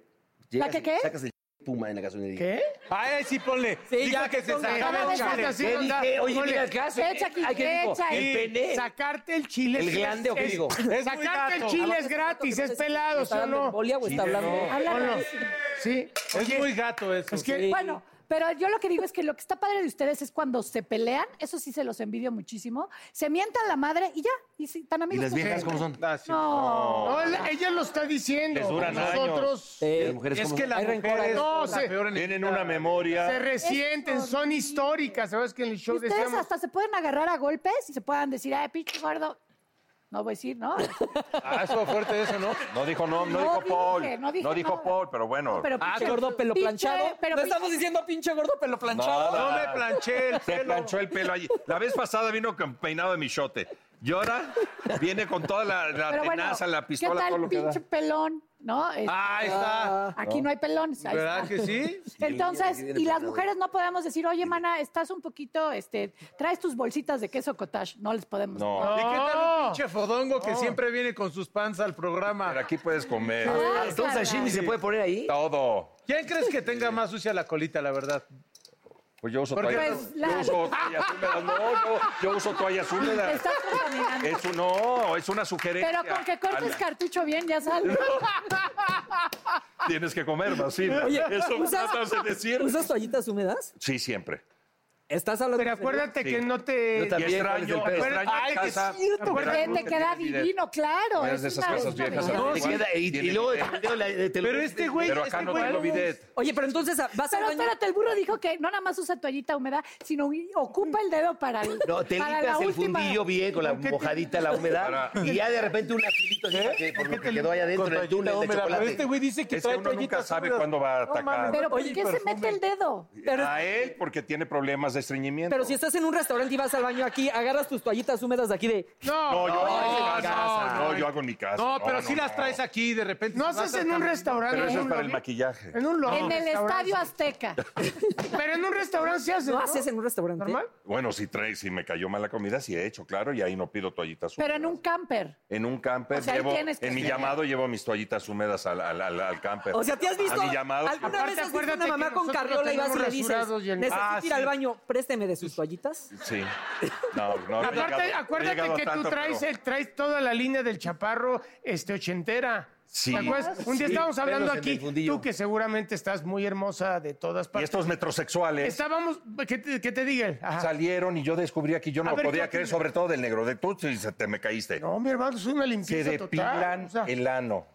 Speaker 5: Llegas
Speaker 6: que
Speaker 5: y
Speaker 6: qué?
Speaker 5: Sacas el puma en la gasolinería. Eh,
Speaker 3: ¿Qué?
Speaker 2: Ay, ay, sí, ponle.
Speaker 1: Sí,
Speaker 2: Dijo
Speaker 1: ya
Speaker 2: que
Speaker 1: que
Speaker 2: se
Speaker 1: ponga.
Speaker 2: sacaba el
Speaker 6: Ya,
Speaker 2: chale.
Speaker 3: Así
Speaker 5: ¿Qué
Speaker 3: onda,
Speaker 5: dije? Oye,
Speaker 3: ponle,
Speaker 5: mira el caso.
Speaker 6: Echa aquí,
Speaker 5: Ay, qué rico.
Speaker 6: echa.
Speaker 5: El pene.
Speaker 3: Sacarte el chile.
Speaker 5: ¿El
Speaker 3: es-
Speaker 5: glande o qué
Speaker 3: es-
Speaker 5: digo?
Speaker 2: Es muy
Speaker 3: Sacarte el
Speaker 2: gato.
Speaker 3: chile es gratis, es pelado, ¿sí
Speaker 1: ¿Está
Speaker 3: o
Speaker 1: hablando de
Speaker 3: no?
Speaker 1: embolia o está hablando?
Speaker 6: Habla
Speaker 3: Ponlo.
Speaker 6: rarísimo.
Speaker 3: Sí.
Speaker 2: Es muy gato eso.
Speaker 3: Es que-
Speaker 2: Sí.
Speaker 6: Bueno, pero yo lo que digo es que lo que está padre de ustedes es cuando se pelean, eso sí se los envidio muchísimo, se mientan la madre y ya, y sí, tan
Speaker 5: ¿Y
Speaker 6: amigos.
Speaker 5: las
Speaker 6: como
Speaker 5: viejas cómo
Speaker 6: siempre.
Speaker 5: son?
Speaker 2: Ah, sí.
Speaker 6: No.
Speaker 3: No, él- ella lo está diciendo.
Speaker 4: Les duran
Speaker 3: Nosotros
Speaker 5: ¿Y
Speaker 1: Eh,
Speaker 5: las mujeres
Speaker 2: Es
Speaker 5: cómo
Speaker 2: que
Speaker 5: son?
Speaker 2: la
Speaker 1: Hay rencor,
Speaker 2: mujer
Speaker 1: hay
Speaker 2: es
Speaker 3: rencor.
Speaker 2: la
Speaker 3: No, se-
Speaker 2: peor
Speaker 4: Tienen
Speaker 2: enemiga.
Speaker 4: una
Speaker 3: se
Speaker 4: memoria.
Speaker 3: resienten,
Speaker 6: Eso
Speaker 3: son
Speaker 6: sí.
Speaker 3: históricas. ¿Sabes que en el
Speaker 6: Y
Speaker 3: show
Speaker 6: ustedes
Speaker 3: decíamos?
Speaker 6: hasta se pueden agarrar a golpes y se puedan decir, ay, pinche gordo. No voy a decir, ¿no?
Speaker 2: Ah, estuvo fuerte eso, ¿no?
Speaker 4: No dijo no, no,
Speaker 6: No
Speaker 4: dijo
Speaker 6: dije,
Speaker 4: Paul.
Speaker 6: no dije
Speaker 4: dijo
Speaker 6: nada.
Speaker 4: Paul, pero bueno.
Speaker 6: Pero
Speaker 1: Ah,
Speaker 6: pinche-
Speaker 1: gordo pelo
Speaker 6: pinche-
Speaker 1: planchado.
Speaker 6: Pero
Speaker 1: no
Speaker 6: pinche-
Speaker 1: estamos diciendo pinche gordo pelo planchado.
Speaker 4: Nada.
Speaker 2: No me planché el
Speaker 4: Se
Speaker 2: pelo.
Speaker 4: planchó el pelo allí. La vez pasada vino con peinado de michote. Y ahora viene con toda la, la
Speaker 6: pero bueno,
Speaker 4: tenaza, la pistola,
Speaker 6: ¿Qué tal
Speaker 4: todo lo que da.
Speaker 6: pinche pelón? ¿No? Es-
Speaker 2: Ah, ahí está.
Speaker 6: Aquí no hay pelones. ahí
Speaker 2: ¿Verdad
Speaker 6: está.
Speaker 2: que sí?
Speaker 6: Entonces, y las mujeres no podemos decir, oye, mana, estás un poquito, este, traes tus bolsitas de queso cottage. No les podemos.
Speaker 4: No.
Speaker 2: ¿Y qué tal un
Speaker 3: No.
Speaker 2: pinche fodongo que siempre viene con sus panzas al
Speaker 4: Pero
Speaker 2: programa?
Speaker 4: aquí puedes comer
Speaker 5: Entonces, Sashimi se puede poner ahí.
Speaker 4: todo.
Speaker 2: ¿Quién crees que tenga más sucia la colita, la verdad?
Speaker 4: Pues yo uso
Speaker 2: Porque-
Speaker 4: toallas.
Speaker 6: Pues la-
Speaker 4: Yo uso toallas húmedas. No, yo, yo uso toallas
Speaker 6: Te
Speaker 4: húmedas.
Speaker 6: estás contaminando.
Speaker 4: Es un- no, es una sugerencia.
Speaker 6: Pero con que cortes
Speaker 4: Al-
Speaker 6: cartucho bien, ya sale.
Speaker 4: Tienes que comer, así.
Speaker 1: Oye,
Speaker 4: Eso me
Speaker 1: ¿usas-
Speaker 4: tratas de decir.
Speaker 1: ¿Usas toallitas húmedas?
Speaker 4: Sí, siempre.
Speaker 1: Estás hablando.
Speaker 3: Pero acuérdate
Speaker 4: Sí.
Speaker 3: que no te.
Speaker 5: Yo también.
Speaker 4: Y extraño,
Speaker 5: ¿cuál es el pedo?
Speaker 4: extraño
Speaker 2: Ay,
Speaker 4: en
Speaker 2: qué
Speaker 4: casa.
Speaker 2: cierto,
Speaker 4: en
Speaker 6: Porque
Speaker 4: Veracruz,
Speaker 6: te queda
Speaker 4: que tiene
Speaker 6: divino, claro.
Speaker 4: Eres de
Speaker 6: es
Speaker 4: esas
Speaker 6: una-
Speaker 4: casas
Speaker 6: una
Speaker 4: viejas,
Speaker 6: belleza.
Speaker 4: No,
Speaker 5: Te
Speaker 4: sí.
Speaker 5: queda- y, y luego el video la- eh, te lo-
Speaker 2: Pero este güey,
Speaker 4: Pero
Speaker 2: este
Speaker 4: acá no
Speaker 2: güey-
Speaker 4: tengo bidet.
Speaker 1: Oye, pero entonces vas al
Speaker 6: Pero
Speaker 1: baño.
Speaker 6: espérate, el burro dijo que no nada más usa toallita húmeda, sino y- ocupa el dedo para el.
Speaker 5: No, te
Speaker 6: para
Speaker 5: limpias
Speaker 6: la
Speaker 5: el
Speaker 6: última.
Speaker 5: fundillo bien con la mojadita, la humedad.
Speaker 4: Para-
Speaker 5: Y ya de repente un filito así,
Speaker 2: ¿Eh?
Speaker 5: para que, por lo que quedó allá adentro
Speaker 2: con
Speaker 5: del
Speaker 2: toallita
Speaker 5: túnel de
Speaker 2: húmeda. Pero
Speaker 5: chocolate.
Speaker 2: este güey dice que
Speaker 4: Es que
Speaker 2: trae
Speaker 4: uno nunca
Speaker 2: toallitas
Speaker 4: sabe
Speaker 2: húmedas.
Speaker 4: cuándo va a
Speaker 2: No
Speaker 4: atacar.
Speaker 2: mames.
Speaker 6: Pero ¿por
Speaker 1: Oye,
Speaker 6: qué se
Speaker 2: perfume.
Speaker 6: mete el dedo?
Speaker 4: A él porque tiene problemas de estreñimiento.
Speaker 1: Pero si estás en un restaurante y vas al baño aquí, agarras tus toallitas húmedas de aquí de.
Speaker 3: No,
Speaker 4: No, yo, no, no,
Speaker 5: casa.
Speaker 4: no, hago yo hago en mi casa.
Speaker 2: No, pero sí
Speaker 4: no,
Speaker 2: las
Speaker 4: no.
Speaker 2: traes aquí de repente.
Speaker 3: No
Speaker 2: vas
Speaker 3: haces
Speaker 2: a
Speaker 3: en un
Speaker 2: caminar.
Speaker 3: restaurante.
Speaker 4: Pero
Speaker 3: en
Speaker 4: eso es
Speaker 3: un
Speaker 4: para el
Speaker 3: lobby.
Speaker 4: maquillaje.
Speaker 3: En un lobby.
Speaker 6: En el
Speaker 3: restaurante.
Speaker 6: Estadio Azteca.
Speaker 3: Pero en un restaurante se hace.
Speaker 1: ¿Lo
Speaker 3: ¿no?
Speaker 1: haces en un restaurante?
Speaker 3: ¿Normal?
Speaker 4: Bueno, si traes, si me cayó mala comida, sí he hecho, claro, y ahí no pido toallitas húmedas.
Speaker 6: Pero en un camper.
Speaker 4: En un camper
Speaker 6: O sea, ahí
Speaker 4: llevo,
Speaker 6: tienes que
Speaker 4: en mi
Speaker 6: tener.
Speaker 4: llamado llevo mis toallitas húmedas al, al, al- al camper.
Speaker 1: O sea, ¿te has visto?
Speaker 4: A mi llamado.
Speaker 1: ¿Alguna
Speaker 3: Aparte,
Speaker 1: vez has visto una
Speaker 3: acuérdate
Speaker 1: mamá
Speaker 3: que
Speaker 1: con
Speaker 3: nosotros
Speaker 1: carriola y vas y le
Speaker 3: tenemos
Speaker 1: dices,
Speaker 3: rasurados y en-
Speaker 1: necesito
Speaker 2: Ah,
Speaker 1: ir al
Speaker 2: sí.
Speaker 1: baño, présteme de sus toallitas?
Speaker 4: Sí. No, no, no he
Speaker 3: Aparte,
Speaker 4: llegado- no he
Speaker 3: acuérdate
Speaker 4: llegado
Speaker 3: que
Speaker 4: tanto,
Speaker 3: tú traes,
Speaker 4: pero-
Speaker 3: el- traes toda la línea del chaparro este, ochentera.
Speaker 4: Sí.
Speaker 3: ¿Te acuerdas? Un día
Speaker 5: Ah, Sí,
Speaker 3: estábamos hablando
Speaker 5: pelos en
Speaker 3: aquí,
Speaker 5: el fundillo.
Speaker 3: tú que seguramente estás muy hermosa de todas
Speaker 4: Y
Speaker 3: partes.
Speaker 4: estos metrosexuales
Speaker 3: Estábamos, ¿qué te, qué te diga? él? Ajá.
Speaker 4: salieron y yo descubrí aquí, yo
Speaker 3: A
Speaker 4: no lo
Speaker 3: ver,
Speaker 4: podía
Speaker 3: ¿qué
Speaker 4: creer,
Speaker 3: opinas?
Speaker 4: sobre todo del negro de tú, si se te me caíste.
Speaker 3: No, mi hermano, es una
Speaker 4: se
Speaker 3: limpieza total.
Speaker 4: depilan
Speaker 3: o sea,
Speaker 4: el ano.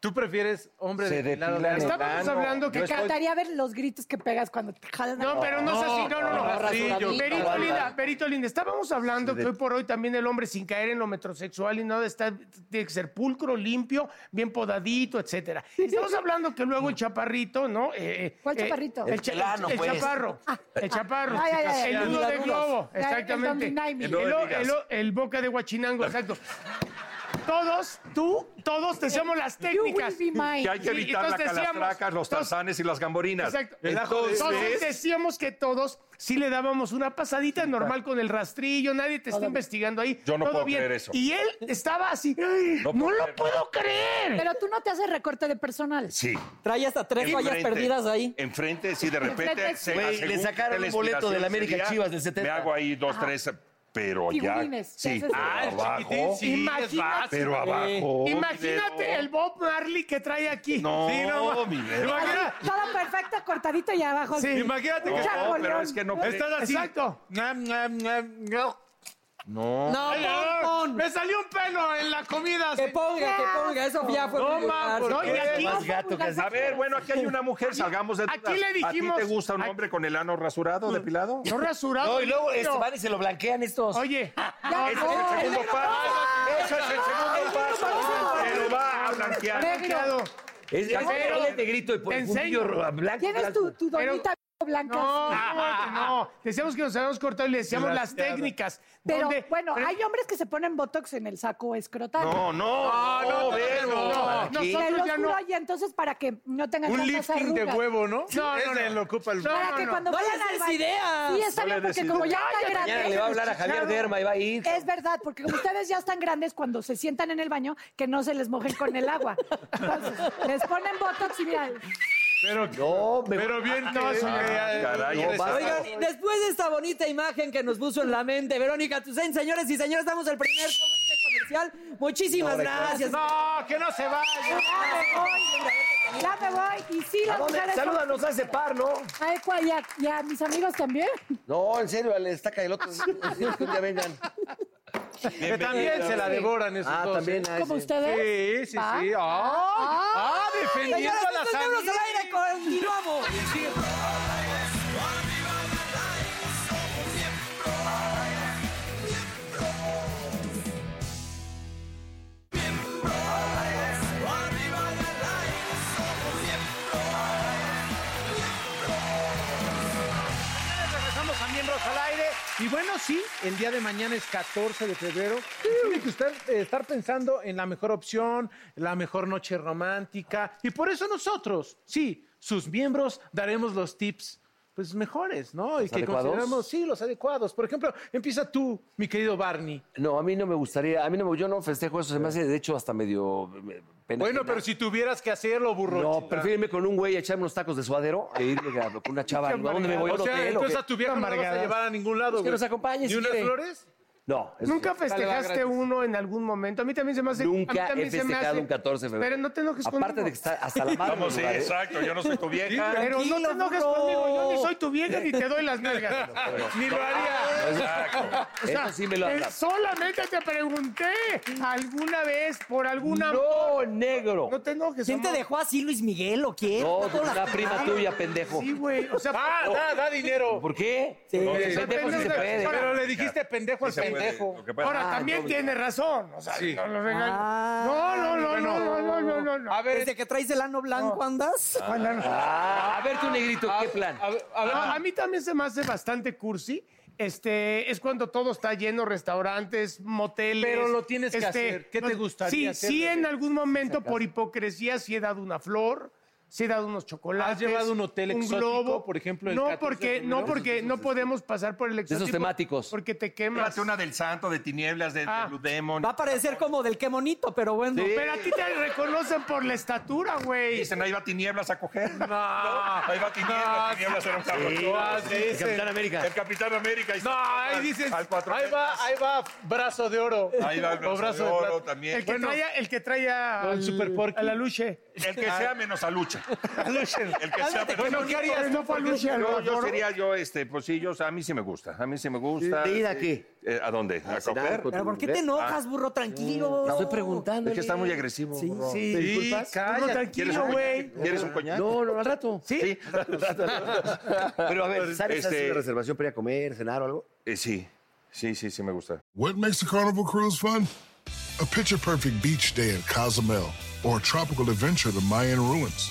Speaker 2: Tú prefieres hombre
Speaker 4: Se
Speaker 2: de lado
Speaker 4: depilan
Speaker 2: de-
Speaker 4: el-
Speaker 3: estábamos
Speaker 4: ano,
Speaker 3: hablando que...
Speaker 6: Me
Speaker 3: ca-
Speaker 6: encantaría ver los gritos que pegas cuando te jalan.
Speaker 3: No, pero no es así, no, no,
Speaker 4: Oh,
Speaker 3: no.
Speaker 2: no, sí, yo-
Speaker 3: Perito Linda, Perito Linda, estábamos hablando que hoy por hoy también el hombre sin caer en lo metrosexual y nada está, tiene que ser pulcro, limpio, bien podadito, etcétera. Estamos hablando que luego el chaparrito, ¿no? Eh, eh,
Speaker 6: ¿Cuál
Speaker 3: eh,
Speaker 6: chaparrito? Ah.
Speaker 3: El, cha- el-
Speaker 5: plano,
Speaker 3: el
Speaker 5: pues.
Speaker 3: chaparro, el chaparro,
Speaker 6: Ay, ay, ay,
Speaker 3: el
Speaker 6: ay.
Speaker 3: nudo de globo,
Speaker 6: Ya, el
Speaker 3: exactamente.
Speaker 6: Dominaimi.
Speaker 3: El, o- el o- el boca de guachinango, exacto. Todos, tú, todos deseamos las
Speaker 6: Eh, You will
Speaker 3: técnicas.
Speaker 6: be mine.
Speaker 4: Que hay que
Speaker 3: Sí,
Speaker 4: evitar las
Speaker 3: entonces decíamos-
Speaker 4: calatracas, los
Speaker 3: entonces-
Speaker 4: tarzanes y las gamborinas.
Speaker 3: Exacto.
Speaker 4: Entonces,
Speaker 3: Entonces decíamos que todos sí le dábamos una pasadita normal con el rastrillo, nadie te está investigando ahí.
Speaker 4: Yo no
Speaker 3: todo
Speaker 4: puedo
Speaker 3: bien.
Speaker 4: creer eso.
Speaker 3: Y él estaba así, "Ay,
Speaker 4: No
Speaker 3: no,
Speaker 4: puedo
Speaker 3: lo
Speaker 4: creer".
Speaker 3: puedo creer.
Speaker 6: Pero tú no te haces recorte de personal.
Speaker 4: sí.
Speaker 1: Trae hasta tres toallas
Speaker 4: Enfrente,
Speaker 1: perdidas ahí.
Speaker 4: Enfrente, sí, de repente.
Speaker 6: Enfrente,
Speaker 4: se-
Speaker 5: Güey,
Speaker 4: a según
Speaker 5: le sacaron
Speaker 4: qué
Speaker 5: un boleto de la América
Speaker 4: respiración
Speaker 5: Chivas del
Speaker 4: sería,
Speaker 5: 70.
Speaker 4: Me hago ahí dos, tres, pero ya.
Speaker 6: Figurines,
Speaker 4: Sí,
Speaker 6: te haces-
Speaker 4: pero
Speaker 2: Ah, el chiquitín,
Speaker 4: abajo.
Speaker 2: sí,
Speaker 3: Imagínate.
Speaker 2: es fácil.
Speaker 4: Pero abajo.
Speaker 3: Imagínate
Speaker 4: Vero.
Speaker 3: el Bob Marley que trae aquí.
Speaker 4: No,
Speaker 3: Sí, no,
Speaker 4: mi Vero.
Speaker 3: Imagina-
Speaker 6: Todo perfecto, cortadito y abajo.
Speaker 3: Sí.
Speaker 6: así.
Speaker 2: Imagínate que
Speaker 6: Ya,
Speaker 4: No, pero
Speaker 6: León.
Speaker 4: es que no.
Speaker 2: estás así.
Speaker 3: Exacto.
Speaker 2: Nam, nam, nam, nam.
Speaker 4: No.
Speaker 1: No,
Speaker 2: Ay, ay,
Speaker 1: pon, pon.
Speaker 2: Me salió un pelo en la comida.
Speaker 1: Que
Speaker 2: sí.
Speaker 1: ponga, que ponga. Eso ya fue.
Speaker 2: No,
Speaker 1: vulgar.
Speaker 2: ma, pues,
Speaker 3: No, y aquí,
Speaker 5: Más gato que
Speaker 4: A ver, bueno, aquí hay una mujer, salgamos de
Speaker 3: aquí
Speaker 4: dudas.
Speaker 3: le dijimos-
Speaker 4: ¿A ti te gusta un
Speaker 3: aquí-
Speaker 4: hombre con el ano rasurado, depilado?
Speaker 3: no rasurado.
Speaker 5: No, y luego este,
Speaker 3: no.
Speaker 5: van y se lo blanquean estos.
Speaker 3: Oye,
Speaker 6: Ah,
Speaker 4: Ese es el segundo paso. Ese es el segundo paso. Pero va a blanquear.
Speaker 3: blanqueado.
Speaker 5: Es, es-
Speaker 3: Pero-
Speaker 5: es de grito y por
Speaker 3: Te
Speaker 5: el fundillo
Speaker 3: enseño.
Speaker 5: ro- blanco.
Speaker 6: Tienes tu,
Speaker 5: blanco.
Speaker 6: tu
Speaker 3: Pero-
Speaker 6: donita blanca.
Speaker 3: No, no, no. Decíamos que nos habíamos cortado y le decíamos las
Speaker 2: Demasiado.
Speaker 3: técnicas.
Speaker 6: Pero
Speaker 3: ¿Dónde-
Speaker 6: bueno, hay hombres que se ponen botox en el saco escrotal.
Speaker 4: No, no, no,
Speaker 3: Ah, No,
Speaker 4: Vero.
Speaker 6: Te
Speaker 3: nosotros
Speaker 6: lo
Speaker 3: ya
Speaker 6: juro,
Speaker 3: no.
Speaker 6: y entonces para que no tengan
Speaker 2: Un
Speaker 6: tantas
Speaker 2: lifting de
Speaker 6: arrugas.
Speaker 2: huevo, ¿no?
Speaker 3: No, no,
Speaker 2: Ese
Speaker 3: no.
Speaker 2: lo ocupa el.
Speaker 3: No.
Speaker 6: Para que cuando
Speaker 1: No
Speaker 6: vayan
Speaker 1: les
Speaker 6: al
Speaker 1: des
Speaker 6: baño-
Speaker 1: ideas.
Speaker 6: Sí, está
Speaker 4: No
Speaker 6: bien,
Speaker 4: le
Speaker 6: porque
Speaker 4: des
Speaker 6: como ya
Speaker 4: ideas.
Speaker 6: está
Speaker 5: Mañana
Speaker 6: grande...
Speaker 5: le va a hablar a Javier Derma y va a ir.
Speaker 6: Es verdad, porque como ustedes ya están grandes, cuando se sientan en el baño, que no se les mojen con el agua. Entonces, les ponen botox y mira,
Speaker 2: Pero,
Speaker 5: No, me-
Speaker 2: pero bien, no,
Speaker 3: Ah,
Speaker 2: sí, eh,
Speaker 4: caray,
Speaker 2: eh,
Speaker 4: esa-
Speaker 2: vas-
Speaker 1: Oigan, y después de esta bonita imagen que nos puso en la mente Verónica Tucen, señores y señores, damos el primer corte comercial. Muchísimas gracias.
Speaker 2: No, que no se vaya.
Speaker 6: ya me voy. Y sí,
Speaker 5: ¿A
Speaker 6: las
Speaker 5: dónde?
Speaker 6: mujeres... son-
Speaker 5: Salúdanos a ese par, ¿no?
Speaker 6: Ay, ¿cuál? ¿Y a, y a mis amigos también?
Speaker 5: No, en serio, le destaca el otro. que un día vengan.
Speaker 2: Que también se la devoran esos
Speaker 5: Ah,
Speaker 2: dos.
Speaker 5: también hay.
Speaker 6: Como
Speaker 5: sí.
Speaker 6: ustedes.
Speaker 2: Sí, sí, sí.
Speaker 6: Ah.
Speaker 2: ¡Ay! ¡Ah! defendiendo
Speaker 1: Señores,
Speaker 2: a las
Speaker 1: estos miembros al aire,
Speaker 2: amigas.
Speaker 1: continuamos.
Speaker 2: Regresamos a Miembros al Aire. Y bueno, sí, el día de mañana es 14 de febrero. Y Tiene que usted eh, estar pensando en la mejor opción, la mejor noche romántica. Y por eso nosotros, sí, sus miembros, daremos los tips. Pues mejores, ¿no? y que
Speaker 5: adecuados?
Speaker 2: consideramos, sí, los adecuados. Por ejemplo, empieza tú, mi querido Barney. Eh.
Speaker 5: No, a mí no me gustaría, a mí no me, yo no festejo eso, se me hace de hecho hasta medio eh, pena.
Speaker 2: Bueno,
Speaker 5: ajena.
Speaker 2: pero si tuvieras que hacerlo, burro.
Speaker 5: No,
Speaker 2: chica.
Speaker 5: prefiero irme con un güey a echarme unos tacos de suadero e irme a- con una chava. ¿A dónde me voy? ¿A
Speaker 2: O
Speaker 5: un
Speaker 2: sea,
Speaker 5: hotel o
Speaker 2: entonces
Speaker 5: qué?
Speaker 2: a tu vieja no la vas a
Speaker 5: Amargadas.
Speaker 2: llevar a ningún lado,
Speaker 5: Pues que
Speaker 2: güey.
Speaker 5: nos acompañe,
Speaker 2: ¿Ni
Speaker 5: si
Speaker 2: unas
Speaker 5: quiere.
Speaker 2: flores?
Speaker 5: No. eso
Speaker 3: Nunca
Speaker 5: sí.
Speaker 3: festejaste
Speaker 2: gracias.
Speaker 3: uno en algún momento. A mí también se me hace. a mí
Speaker 5: Nunca he
Speaker 3: también se me
Speaker 5: festejado
Speaker 3: hace-
Speaker 5: un 14 de febrero.
Speaker 3: Pero no te enojes conmigo.
Speaker 5: Aparte de que está hasta la madre.
Speaker 4: Vamos, sí,
Speaker 5: lugar, ¿eh?
Speaker 4: exacto. Yo no soy tu vieja.
Speaker 3: Pero no te
Speaker 1: Tranquilo,
Speaker 3: enojes
Speaker 1: bro.
Speaker 3: conmigo. Yo ni soy tu vieja ni te doy las nalgas.
Speaker 2: Ni lo haría.
Speaker 4: Exacto.
Speaker 3: O sea,
Speaker 5: Eso sí me lo
Speaker 3: eh,
Speaker 5: han dado.
Speaker 3: Solamente te pregunté alguna vez por alguna.
Speaker 5: No, negro.
Speaker 3: No te enojes.
Speaker 1: ¿Quién te
Speaker 3: amor.
Speaker 1: dejó así, Luis Miguel o quién?
Speaker 5: No,
Speaker 1: Todas
Speaker 5: una
Speaker 1: las-
Speaker 5: prima tuya, pendejo.
Speaker 3: Sí, güey. O sea,
Speaker 2: Ah, da, da dinero.
Speaker 5: ¿Por qué?
Speaker 1: Sí.
Speaker 5: No, si pendejo sí
Speaker 3: Depende
Speaker 5: se
Speaker 3: de-
Speaker 5: puede.
Speaker 3: Ahora,
Speaker 2: Pero le dijiste pendejo al
Speaker 4: Sí se puede.
Speaker 2: pendejo.
Speaker 4: Lo que pasa- Ah,
Speaker 3: ahora también tiene razón. O sea,
Speaker 2: Ah, Sí.
Speaker 3: no lo regaño.
Speaker 1: Ah.
Speaker 3: no, no, no, no, no, no, no, no.
Speaker 2: A ver,
Speaker 1: Desde que traes el ano blanco andas.
Speaker 3: Juan, no.
Speaker 5: Ah, a ver tú, negrito, ¿qué plan?
Speaker 2: a ver, a ver,
Speaker 3: No, a mí también se me hace bastante cursi Este, es cuando todo está lleno, restaurantes, moteles.
Speaker 2: Pero lo tienes que hacer. ¿Qué te
Speaker 3: este, no,
Speaker 2: gustaría
Speaker 3: Sí,
Speaker 2: hacer,
Speaker 3: sí, en
Speaker 2: Gabriel?
Speaker 3: algún momento, por hipocresía, sí he dado una flor, sí he dado unos chocolates.
Speaker 2: ¿Has llevado un hotel exótico, por ejemplo, el
Speaker 3: no,
Speaker 2: 14 de
Speaker 3: porque, no,
Speaker 2: febrero?
Speaker 3: porque no podemos pasar por el
Speaker 7: esos
Speaker 3: exótico.
Speaker 7: temáticos.
Speaker 3: Porque te quemas.
Speaker 4: Llévate una del santo, de tinieblas, de,
Speaker 3: Ah.
Speaker 4: de Blue Demon.
Speaker 1: Va a parecer como del qué monito, pero bueno.
Speaker 3: Pero a ti te reconocen por la estatura, güey.
Speaker 4: Dicen, ahí va tinieblas a coger. No,
Speaker 3: Ah.
Speaker 4: ahí va tinieblas.
Speaker 2: no,
Speaker 4: tinieblas era un cabrón.
Speaker 7: El Capitán América.
Speaker 4: El Capitán América. y-
Speaker 2: No, ahí dices,
Speaker 4: Al cuatro
Speaker 2: ahí va, ahí va brazo de oro.
Speaker 4: Ahí va el
Speaker 2: O
Speaker 4: brazo de
Speaker 2: plata.
Speaker 4: oro también.
Speaker 3: El que
Speaker 4: Bueno,
Speaker 3: traía, el que traía
Speaker 2: Al Super Porky.
Speaker 3: a la luche.
Speaker 4: El que sea menos a lucha. El que sea menos
Speaker 3: Bueno, ¿qué harías? No fue a luche. a
Speaker 4: Yo,
Speaker 3: lo
Speaker 4: yo
Speaker 3: mejor.
Speaker 4: sería yo, este, pues sí, yo, a mí sí me gusta. A mí sí me gusta.
Speaker 7: ¿De ir a qué?
Speaker 4: Eh, ¿A dónde?
Speaker 5: Ah,
Speaker 4: ¿A, coger? Ah,
Speaker 1: Pero ¿por qué te enojas, burro? Tranquilo.
Speaker 7: Te estoy preguntando.
Speaker 4: Es que está muy agresivo. bro.
Speaker 2: ¿Te disculpas?
Speaker 3: Uno
Speaker 2: Cállate.
Speaker 4: ¿Quieres
Speaker 3: tranquilo,
Speaker 4: un-
Speaker 3: güey.
Speaker 4: ¿Quieres un coñac?
Speaker 7: No, no, al rato.
Speaker 3: Sí.
Speaker 7: Pero a ver, ¿sabes
Speaker 4: Este-
Speaker 7: hacer una reservación para ir a comer, cenar o algo?
Speaker 4: Eh, sí, sí, sí, sí me gusta.
Speaker 8: What makes a carnival cruise fun? A picture perfect beach day at Cozumel or a tropical adventure to Mayan ruins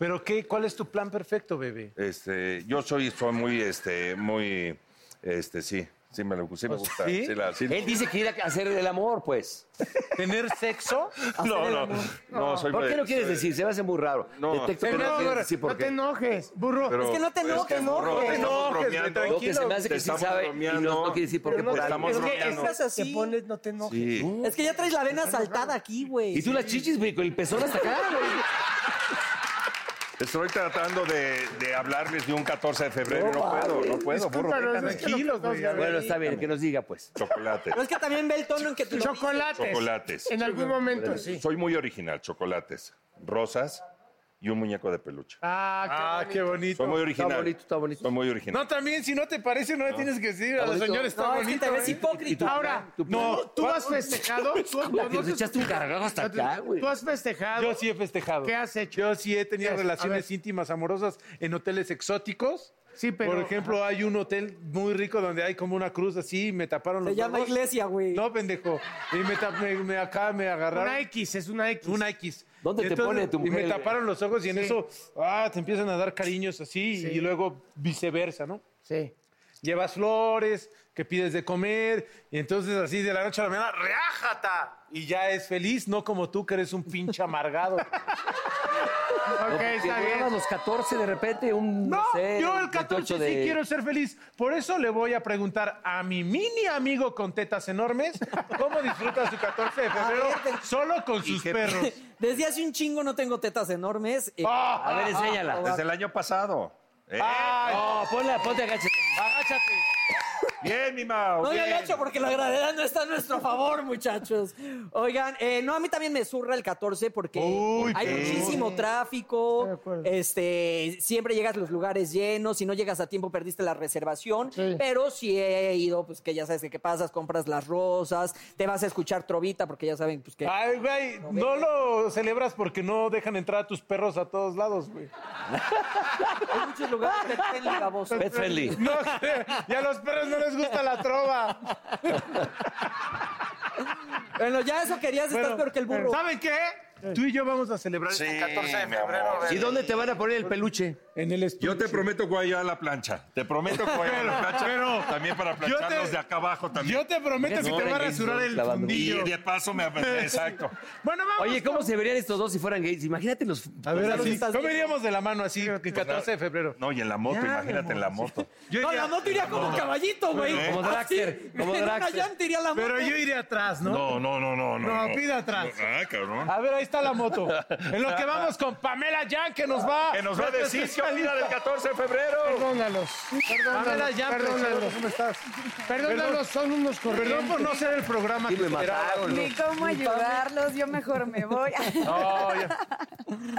Speaker 2: Pero qué, ¿cuál es tu plan perfecto, bebé?
Speaker 4: Este, yo soy, soy muy, este, muy, este, sí, sí me, lo- sí me gusta.
Speaker 2: ¿sí?
Speaker 4: la- sí.
Speaker 7: Él dice que ir a hacer el amor, pues.
Speaker 2: ¿Tener sexo?
Speaker 4: no, no, no, soy
Speaker 7: ¿Por qué no
Speaker 4: soy-
Speaker 7: quieres decir? Se me hace muy raro.
Speaker 4: No.
Speaker 7: Detecto que
Speaker 3: Pero
Speaker 7: no
Speaker 3: no,
Speaker 7: quieres
Speaker 3: pero
Speaker 7: decir por
Speaker 3: no te
Speaker 7: qué.
Speaker 3: enojes, burro.
Speaker 4: Pero-
Speaker 1: Es que no te
Speaker 4: pero
Speaker 1: enojes,
Speaker 4: burro,
Speaker 1: no
Speaker 4: te
Speaker 1: te
Speaker 4: estamos
Speaker 2: enojes,
Speaker 4: bromeando.
Speaker 2: güey,
Speaker 7: Lo que se me hace
Speaker 4: Te
Speaker 7: que sí
Speaker 4: estamos
Speaker 7: sabe y no,
Speaker 4: bromeando.
Speaker 7: no quiere decir por qué
Speaker 3: Pero no
Speaker 7: por
Speaker 3: te-
Speaker 7: algo.
Speaker 4: estamos
Speaker 3: es que
Speaker 4: bromeando.
Speaker 3: estás así.
Speaker 1: Te
Speaker 3: Te
Speaker 1: pones-
Speaker 3: pones, no te enojes.
Speaker 4: Sí.
Speaker 1: Es que ya traes la vena saltada aquí, güey.
Speaker 7: Y tú las chichis, güey, con el pezón hasta acá, güey.
Speaker 4: Estoy tratando de, de hablarles de un 14 de febrero. No, puedo, no puedo, burro.
Speaker 3: Discúlpanos, es que
Speaker 2: Tranquilo,
Speaker 3: los dos,
Speaker 2: güey,
Speaker 3: Gabriel.
Speaker 7: Bueno, está bien, que nos diga, pues.
Speaker 4: Chocolate.
Speaker 1: Pero es que también ve el tono en que tú lo
Speaker 3: Chocolates.
Speaker 4: Chocolates.
Speaker 3: En algún momento, sí.
Speaker 4: Soy muy original. Chocolates, rosas y un muñeco de peluche.
Speaker 2: Ah, qué bonito.
Speaker 4: Soy muy original.
Speaker 7: Está bonito, está bonito.
Speaker 4: Soy muy original.
Speaker 2: No, también, si no te parece, no le tienes que decir a los
Speaker 7: bonito.
Speaker 2: señores, está
Speaker 1: No, es que
Speaker 2: bonito.
Speaker 1: te ves
Speaker 2: ¿eh?
Speaker 1: hipócrita.
Speaker 3: Ahora,
Speaker 7: tu-
Speaker 3: no, ¿tú has festejado? ¿Tú,
Speaker 7: La que nos echaste un gargajo hasta acá, güey.
Speaker 3: ¿Tú has festejado?
Speaker 2: Yo sí he festejado.
Speaker 3: ¿Qué has hecho?
Speaker 2: Yo sí he
Speaker 3: ¿Qué
Speaker 2: tenido
Speaker 3: has- a
Speaker 2: relaciones
Speaker 3: ver.
Speaker 2: íntimas, amorosas, en hoteles exóticos.
Speaker 3: Sí, pero-
Speaker 2: Por ejemplo, hay un hotel muy rico donde hay como una cruz así y me taparon los
Speaker 1: Se llama
Speaker 2: huevos.
Speaker 1: iglesia, güey.
Speaker 2: No, pendejo. Y me, tap- me- me acá me agarraron.
Speaker 3: Una X, es una X.
Speaker 2: Una X.
Speaker 7: ¿Dónde te pone tu
Speaker 2: Y
Speaker 7: mujer,
Speaker 2: me
Speaker 7: güey?
Speaker 2: taparon los ojos y en eso, ah, te empiezan a dar cariños así y luego viceversa, ¿no?
Speaker 3: Sí.
Speaker 2: Llevas flores, que pides de comer y entonces así de la noche a la mañana, ¡reájata! Y ya es feliz, no como tú que eres un pinche amargado.
Speaker 3: Ok, está
Speaker 7: Llegaba a
Speaker 3: bien.
Speaker 7: los 14 de repente, un.
Speaker 2: No,
Speaker 7: sé,
Speaker 2: yo el
Speaker 7: 28
Speaker 2: 14 sí
Speaker 7: de-
Speaker 2: quiero ser feliz. Por eso le voy a preguntar a mi mini amigo con tetas enormes cómo disfruta su 14 de febrero solo con sus perros.
Speaker 1: Desde hace un chingo no tengo tetas enormes. Eh,
Speaker 7: A ver, enséñala.
Speaker 4: Desde el año pasado. ¿Eh?
Speaker 7: No, Ah, ponla, ponte agáchate. Agáchate.
Speaker 4: Bien, mi Mao.
Speaker 1: No, ya
Speaker 4: bien.
Speaker 1: lo he hecho porque la gravedad no está a nuestro favor, muchachos. Oigan, eh, no, a mí también me zurra el 14 porque
Speaker 4: Uy,
Speaker 1: hay
Speaker 4: qué.
Speaker 1: muchísimo tráfico. Este, siempre llegas a los lugares llenos. Si no llegas a tiempo, perdiste la reservación. Pero si he ido, pues que ya sabes que, qué pasas, compras las rosas, te vas a escuchar trovita porque ya saben, pues que.
Speaker 4: Ah.
Speaker 2: Ay, güey, no lo celebras porque no dejan entrar a tus perros a todos lados, güey.
Speaker 1: Hay muchos lugares que tienen la babosa.
Speaker 7: Pet friendly.
Speaker 2: No, y a los perros no les gusta la trova.
Speaker 1: Bueno, ya eso querías, estás peor que el burro.
Speaker 2: eh, ¿Saben qué? Tú y yo vamos a celebrar
Speaker 4: Sí,
Speaker 2: este 14 de
Speaker 4: mi
Speaker 2: febrero.
Speaker 4: amor.
Speaker 2: güey.
Speaker 7: ¿Y dónde te van a poner el peluche?
Speaker 2: En el estudio.
Speaker 4: Yo te prometo que voy a ir a la plancha. Te prometo que voy a ir a la plancha.
Speaker 2: Pero,
Speaker 4: También también para
Speaker 2: Yo te-
Speaker 4: plancharnos de acá abajo también.
Speaker 2: yo te prometo que te va a rasurar el fundillo.
Speaker 4: Y de paso me... Exacto.
Speaker 2: Bueno, vamos.
Speaker 7: Oye, ¿cómo se verían estos dos si fueran gays? Imagínate los.
Speaker 2: A ver, así, ¿cómo iríamos
Speaker 7: de la mano así? 14
Speaker 2: de febrero.
Speaker 4: No, y en la moto,
Speaker 7: Ya,
Speaker 4: imagínate en la moto.
Speaker 1: no, la moto iría como
Speaker 4: No.
Speaker 1: caballito, güey.
Speaker 4: Como
Speaker 1: Así,
Speaker 4: dragster, como
Speaker 1: en una
Speaker 4: dragster.
Speaker 1: llanta iría la moto.
Speaker 2: Pero yo iré atrás, ¿no?
Speaker 4: No, no, no, no.
Speaker 2: No, pide atrás.
Speaker 4: Ah, cabrón.
Speaker 2: A ver, ahí está la moto. En lo que vamos con Pamela Jan, que nos va.
Speaker 4: Que nos va a decir qué opina del 14 de febrero.
Speaker 2: Perdónalos. Pamela Jan, perdónalos.
Speaker 3: perdónalos.
Speaker 2: ¿Cómo estás?
Speaker 3: Perdónalos, son unos corrientes.
Speaker 2: Perdón por no ser el programa
Speaker 3: Sí,
Speaker 2: que
Speaker 3: me
Speaker 2: esperaba.
Speaker 3: mataron,
Speaker 9: Ni cómo ayudarlos, yo mejor me voy.
Speaker 2: No, ya-